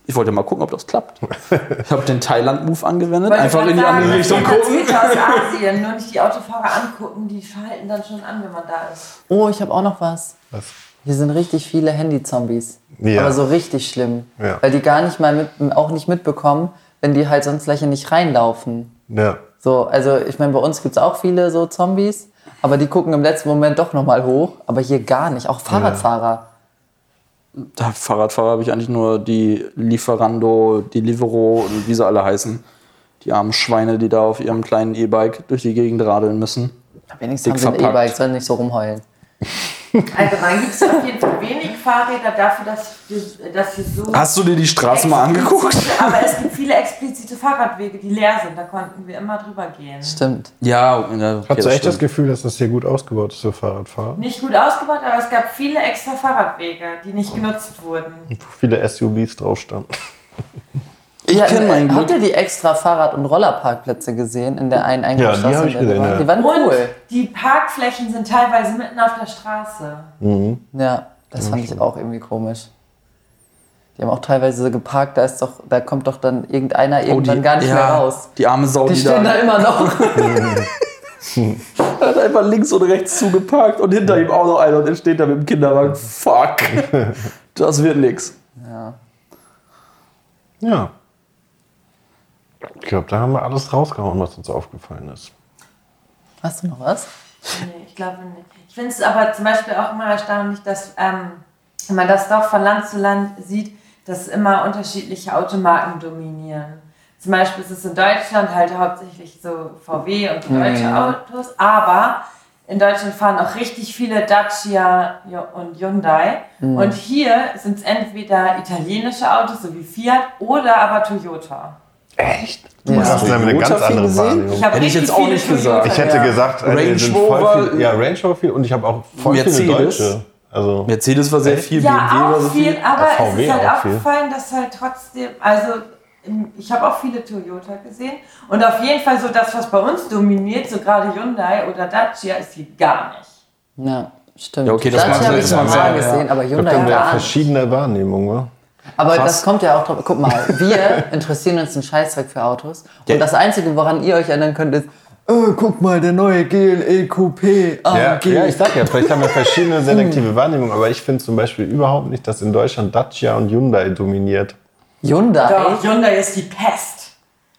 A: Ich wollte mal gucken, ob das klappt. Ich habe den Thailand-Move angewendet,
J: Wollte
A: einfach
J: grad
A: in die andere
J: sagen,
A: Richtung
J: die Transporte
A: gucken.
J: aus Asien, nur nicht die Autofahrer angucken, die schalten dann schon an, wenn man da ist.
B: Oh, ich habe auch noch was.
D: Was?
B: Hier sind richtig viele Handy-Zombies.
D: Ja.
B: Aber so richtig schlimm.
D: Ja.
B: Weil die gar nicht mal mit, auch nicht mitbekommen, wenn die halt sonst gleich hier nicht reinlaufen.
D: Ja.
B: So, also ich meine, bei uns gibt es auch viele so Zombies, aber die gucken im letzten Moment doch nochmal hoch, aber hier gar nicht. Auch Fahrradfahrer.
A: Da Fahrradfahrer habe ich eigentlich nur die Lieferando, die Livero und wie sie alle heißen. Die armen Schweine, die da auf ihrem kleinen E-Bike durch die Gegend radeln müssen.
B: Wenigstens haben
A: Dick
B: sie ein
A: verpackt.
B: E-Bike, sollen nicht so rumheulen.
J: Allgemein gibt es auf jeden Fall wenig Fahrräder dafür, dass, wir- dass hier so.
A: Hast du dir die Straße mal angeguckt?
J: Aber es gibt viele explizite Fahrradwege, die leer sind. Da konnten wir immer drüber gehen.
B: Stimmt.
A: Ja, okay,
D: Hast du echt das
A: stimmt.
D: Gefühl, dass das hier gut ausgebaut ist für Fahrradfahrer?
J: Nicht gut ausgebaut, aber es gab viele extra Fahrradwege, die nicht genutzt wurden.
D: Wo viele SUVs drauf standen.
A: Ich
B: Ja, äh,
A: kenne mein
B: habt ihr
A: Glück.
B: die extra Fahrrad- und Rollerparkplätze gesehen in der einen
D: Ja, die
B: eingeschlossenen?
D: hab ich gesehen, ja.
B: Die waren
J: Und
B: cool.
J: die Parkflächen sind teilweise mitten auf der Straße.
B: Ja, das fand ich auch irgendwie komisch. Die haben auch teilweise so geparkt, da ist doch, da kommt doch dann
D: Oh,
B: irgendeiner irgendwann gar nicht
A: ja,
B: mehr raus.
A: Die arme Sau,
B: Die
A: die,
B: stehen
A: da
B: da immer noch.
A: hat einfach links und rechts zugeparkt und hinter ihm auch noch einer und er steht da mit dem Kinderwagen. Fuck, das wird nix.
D: Ja. Ich glaube, da haben wir alles rausgehauen, was uns aufgefallen ist.
B: Hast du noch was?
J: Nee, ich glaube nicht. Ich finde es aber zum Beispiel auch immer erstaunlich, dass ähm, man das doch von Land zu Land sieht, dass immer unterschiedliche Automarken dominieren. Zum Beispiel ist es in Deutschland halt hauptsächlich so VW und deutsche Autos, aber in Deutschland fahren auch richtig viele Dacia und Hyundai. Und hier sind es entweder italienische Autos, so wie Fiat, oder aber Toyota.
D: Du ja. hast eine
A: Toyota viel
D: ganz andere
A: gesehen?
D: Wahrnehmung.
J: hab
A: Hätte ich
J: richtig
A: jetzt auch
J: viele
A: nicht gesagt.
D: Ich
J: Toyota
D: hätte gesagt, Alter, hier sind
A: Range
D: voll
A: Rover-
D: viel, ja, Range Rover viel und ich habe auch voll viele
A: Mercedes.
D: Deutsche. Also,
A: Mercedes war sehr viel,
J: Ja,
A: BMW war
J: auch
A: so
J: viel, aber
D: Ja, VW
J: es ist halt
D: auch viel.
J: aufgefallen, dass halt trotzdem, also ähm, ich habe auch viele Toyota gesehen und auf jeden Fall so das, was bei uns dominiert, so gerade Hyundai oder Dacia, ist hier gar nicht.
B: Ja, stimmt.
A: Ja, okay, das
B: Dacia
A: mag-
B: habe ich
A: das
B: schon
A: mag
B: mal
A: sein,
B: gesehen,
A: ja.
B: aber
D: da
B: Hyundai
D: haben wir ja
B: gar nicht.
D: verschiedene Wahrnehmungen, wa?
B: Aber das kommt ja auch drauf. Guck mal, wir interessieren uns einen Scheißdreck für Autos. Und das Einzige, woran ihr euch erinnern könnt, ist, oh, guck mal, der neue GLE Coupé
J: Ah,
D: Ja,
B: AMG.
D: ja, ich sag ja, vielleicht haben wir verschiedene selektive Wahrnehmungen, aber ich finde zum Beispiel überhaupt nicht, dass in Deutschland Dacia und Hyundai dominiert.
B: Hyundai.
J: Doch, Äh, Hyundai ist die Pest.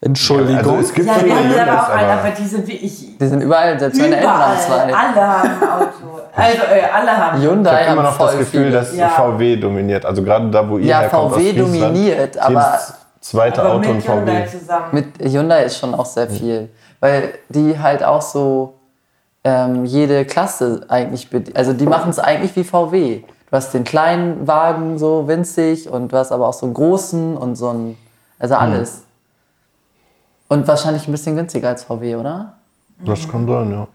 A: Entschuldigung.
D: Also es gibt
J: Ja,
D: schon
J: wir
D: viele
J: haben
D: Hyundais,
J: da auch einen, aber
D: aber
J: die sind wirklich
B: Die sind überall, selbst meine Eltern haben
J: überall.
B: zwei.
J: Alle haben ein Auto. Also, äh, alle haben.
D: ich
B: Hyundai
D: habe immer
B: haben
D: noch
B: voll
D: das Gefühl,
B: viele.
D: dass
J: Ja.
D: VW dominiert. Also gerade da, wo ihr
B: Ja,
D: herkommt aus
B: VW
D: Friesland,
B: dominiert,
D: jedes
B: aber
D: Zweite
J: Aber
D: Auto und
J: mit Hyundai
D: VW.
J: zusammen.
B: Mit Hyundai ist schon auch sehr viel, weil die halt auch so ähm, jede Klasse eigentlich, bed- also die machen es eigentlich wie VW. Du hast den kleinen Wagen so winzig und du hast aber auch so einen großen und so ein, also
D: Mhm.
B: alles. Und wahrscheinlich ein bisschen günstiger als VW, oder?
D: Das kann sein, ja.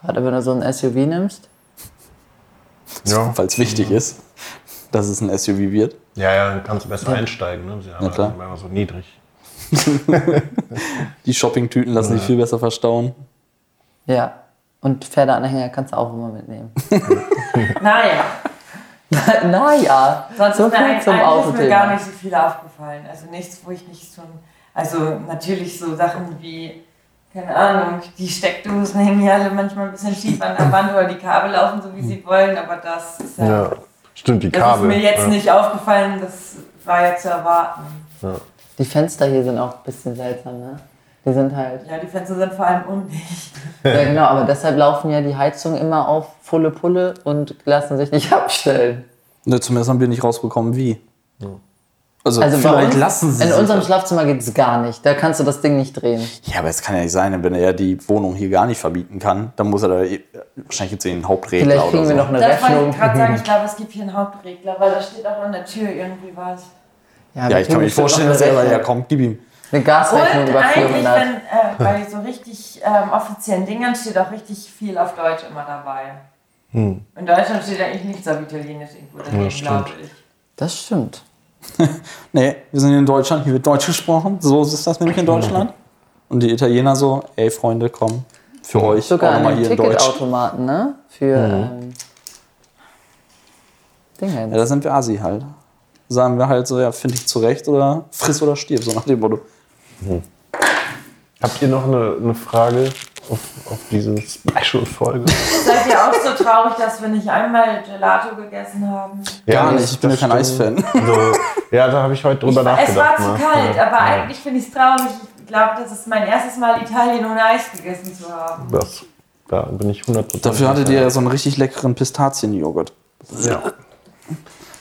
B: Gerade wenn du so ein SUV nimmst.
D: Ja,
A: Falls wichtig ist, dass es ein SUV wird.
D: ja, ja dann kannst du besser einsteigen. Ne? Sie haben
A: Ja, klar.
D: dann immer so niedrig.
A: Die Shoppingtüten lassen sich viel besser verstauen.
B: Ja. Und Pferdeanhänger kannst du auch immer mitnehmen.
J: Naja,
B: naja,
J: sonst
B: so
J: ist mir
B: viel
J: eigentlich
B: zum
J: ist mir gar
B: Autothema.
J: nicht so viel aufgefallen. Also nichts, wo ich nichts von. Also natürlich so Sachen wie, keine Ahnung, die Steckdosen hängen ja alle manchmal ein bisschen schief an der Wand oder die Kabel laufen so, wie sie wollen, aber das ist ja.
D: Ja, stimmt, die
J: das
D: Kabel.
J: ist mir jetzt
D: ja.
J: nicht aufgefallen, das war ja zu erwarten.
B: Die Fenster hier sind auch ein bisschen seltsam, ne? Die sind halt.
J: Ja, die Fenster sind vor allem undicht.
B: Ja, genau, aber deshalb laufen ja die Heizungen immer auf volle Pulle und lassen sich nicht abstellen.
A: Ne, zumindest haben wir nicht rausbekommen, wie. Also,
B: Also bei
A: vielleicht
B: uns,
A: lassen sie
B: In
A: es.
B: unserem Schlafzimmer geht es gar nicht. Da kannst du das Ding nicht drehen.
A: Ja, aber es kann ja nicht sein, wenn er die Wohnung hier gar nicht verbieten kann, dann muss er da eh- wahrscheinlich jetzt den Hauptregler
B: Vielleicht
A: oder
B: kriegen
A: so.
B: wir noch eine
J: Das wollte ich
B: Rechnung.
J: gerade sagen, ich glaube, es gibt hier einen Hauptregler, weil da steht auch an der Tür irgendwie was.
B: wir
A: ja, ich kann
B: kriegen
A: mir nicht vorstellen, dass
B: bestimmt
A: er
B: noch
A: da
B: eine Rechnung.
A: herkommt. Gib ihm.
B: Eine Gasrechnung
J: Und
B: über
J: eigentlich,
B: 400.
J: wenn, äh, bei so richtig ähm, offiziellen Dingern steht auch richtig viel auf Deutsch immer dabei.
D: Hm.
J: In Deutschland steht eigentlich nichts auf Italienisch irgendwo daneben, glaube ich.
B: Das stimmt.
A: Nee, wir sind in Deutschland, hier wird Deutsch gesprochen. So ist das nämlich in Deutschland. Und die Italiener so, ey Freunde, komm, für euch
B: Sogar
A: auch
B: an
A: nochmal
B: einem
A: hier in Deutsch. Mhm.
B: Ticketautomaten, ne? Für ähm,
A: Ja,
B: Dinge.
A: da sind wir Asi halt. Sagen wir halt so, ja, finde ich zurecht oder friss oder stirb, so nach dem Motto.
D: Habt ihr noch eine, eine Frage auf, auf diese Special-Folge?
J: Seid ihr auch so traurig, dass wir nicht einmal Gelato gegessen haben?
A: Gar
D: Ja,
A: nicht, ich bin ja
D: das
A: kein
D: stimmt.
A: Eisfan.
D: So, ja, da habe ich heute drüber
J: Es war
D: nachgedacht.
J: zu
D: ne?
J: kalt,
D: Ja.
J: aber eigentlich finde ich es traurig. Ich glaube, das ist mein erstes Mal Italien ohne Eis gegessen zu haben.
D: Das, da bin ich 100%.
A: Dafür hattet ihr ja so einen richtig leckeren Pistazien-Joghurt.
D: Ja.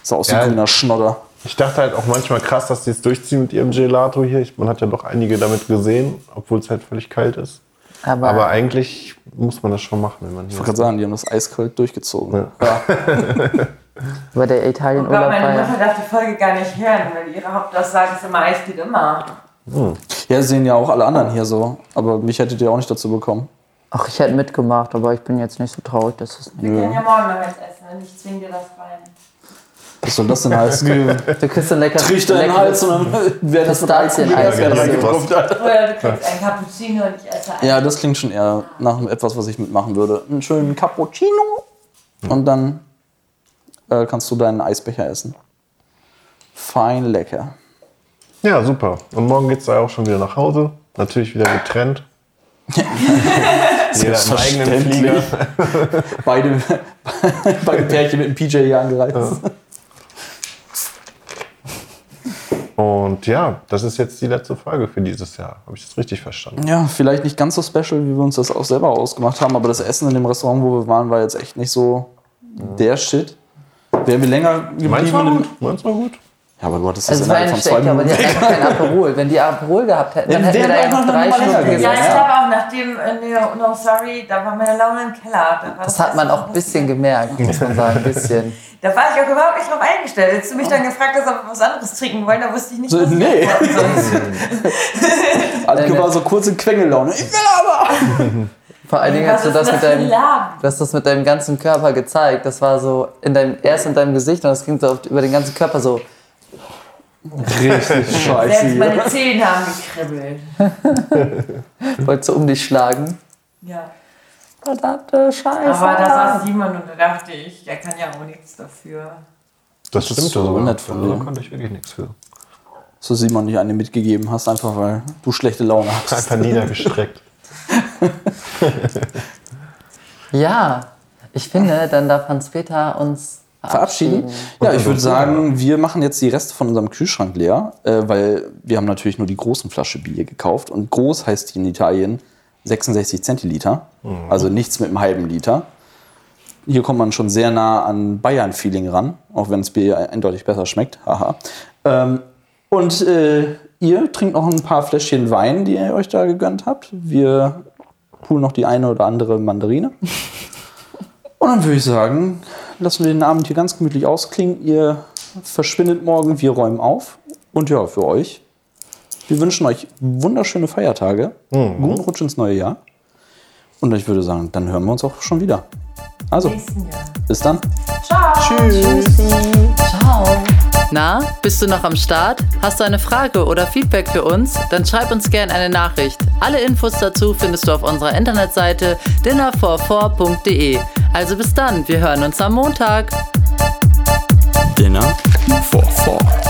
A: Sah aus wie
D: Ja.
A: grüner Schnodder.
D: Ich dachte halt auch manchmal krass, dass die es durchziehen mit ihrem Gelato hier. Ich, man hat ja doch einige damit gesehen, obwohl es halt völlig kalt ist.
B: Aber,
D: Aber eigentlich muss man das schon machen, wenn man
A: Ich
D: hier
A: wollte gerade sagen, die haben das eiskalt durchgezogen. Ja.
B: über der
J: Ich glaube,
B: Italienurlaub
J: meine
B: war
J: Mutter
B: ja.
J: darf die Folge gar nicht hören, weil ihre Hauptaussage ist immer, Eis geht immer.
A: ja, sehen ja auch alle anderen hier so. Aber mich hättet ihr auch nicht dazu bekommen.
B: Ach, ich hätte mitgemacht, aber ich bin jetzt nicht so traurig, dass es
J: Wir
B: nicht.
J: können ja morgen noch was essen und ich zwinge dir das rein.
A: Was soll das denn heißen? Gib ihm-
B: Du kriegst ein leckeres
A: Trichter in den Hals und dann wäre das mit
B: Pistazien-
A: Alkohol erst
B: Eis-
A: gar nicht
D: Ja, genau.
A: gekauft.
J: Oder du kriegst ein Cappuccino und ich esse Eis.
A: Ja, das klingt schon eher nach etwas, was ich mitmachen würde. Einen schönen Cappuccino und dann äh, kannst du deinen Eisbecher essen. Fein lecker.
D: Ja, super. Und morgen geht's da auch schon wieder nach Hause. Natürlich wieder getrennt. Jeder im eigenen Flieger.
A: Beide, beide Pärchen mit dem PJ hier angereist.
D: Und ja, das ist jetzt die letzte Folge für dieses Jahr. Habe ich das richtig verstanden?
A: Ja, vielleicht nicht ganz so special, wie wir uns das auch selber ausgemacht haben, aber das Essen in dem Restaurant, wo wir waren, war jetzt echt nicht so der Shit. Wären wir länger
D: Meins
A: geblieben
D: war
A: in dem.
D: gut. Meins war gut.
A: Ja, aber du hattest das
B: Also es war
A: innerhalb
B: eine
A: von zwei
B: schlechte, aber die
A: Minuten.
B: hatten einfach kein Aperol. Wenn die Aperol gehabt hätten, dann
A: Dann
B: hätten wir
A: wären wir auch
B: da ja noch
A: noch
B: drei
A: mal länger
B: Stunden
A: gewesen.
J: Ja, ich
B: gesessen.
J: glaube auch, nachdem äh, No, no Sorry, da war meine Laune im Keller. Da war also
B: Das hat man auch ein bisschen gemerkt, muss man sagen. Ein bisschen.
J: Da war ich auch überhaupt nicht drauf eingestellt. Als du mich dann gefragt hast, ob wir was anderes trinken wollen, da wusste ich nicht,
A: So,
J: was ich
A: nee.
J: antworten soll.
A: Alke war so kurz in Quengellaune. Ich will aber!
B: Vor allen Dingen hast
J: Was
B: du
J: ist
B: das mit
J: für ein
B: deinem,
J: Laden?
B: du hast das mit deinem ganzen Körper gezeigt. Das war so in deinem, erst in deinem Gesicht und das ging so auf, über den ganzen Körper so.
A: Richtig scheiße.
J: Selbst
A: hier.
J: meine Zehen haben gekribbelt.
B: Wolltest du um dich schlagen?
J: Ja.
B: Verdammte Scheiße.
J: Aber da saß Simon und da dachte ich, der kann ja auch nichts dafür.
D: Das,
A: ist
D: stimmt
A: so
D: sogar.
A: nett von
D: Also,
A: dir.
D: Da konnte ich wirklich nichts für.
A: So Simon nicht eine mitgegeben hast, einfach weil du schlechte Laune hast.
D: Einfach niedergestreckt.
B: Ja, ich finde, dann darf Hans-Peter uns
A: Verabschieden.
B: verabschieden.
A: Ja, ich würde sagen, wir machen jetzt die Reste von unserem Kühlschrank leer, äh, weil wir haben natürlich nur die großen Flasche Bier gekauft und groß heißt die in Italien 66 Zentiliter, also nichts mit einem halben Liter. Hier kommt man schon sehr nah an Bayern-Feeling ran, auch wenn das Bier eindeutig besser schmeckt. Haha. Ähm, und äh, Ihr trinkt noch ein paar Fläschchen Wein, die ihr euch da gegönnt habt. Wir poolen noch die eine oder andere Mandarine. Und dann würde ich sagen, lassen wir den Abend hier ganz gemütlich ausklingen. Ihr verschwindet morgen, wir räumen auf. Und ja, für euch, wir wünschen euch wunderschöne Feiertage, guten Rutsch ins neue Jahr. Und ich würde sagen, dann hören wir uns auch schon wieder. Also, bis dann.
B: Na, bist du noch am Start? Hast du eine Frage oder Feedback für uns? Dann schreib uns gerne eine Nachricht. Alle Infos dazu findest du auf unserer Internetseite dinner44.de. Also bis dann, wir hören uns am Montag.
A: Dinner
L: for four.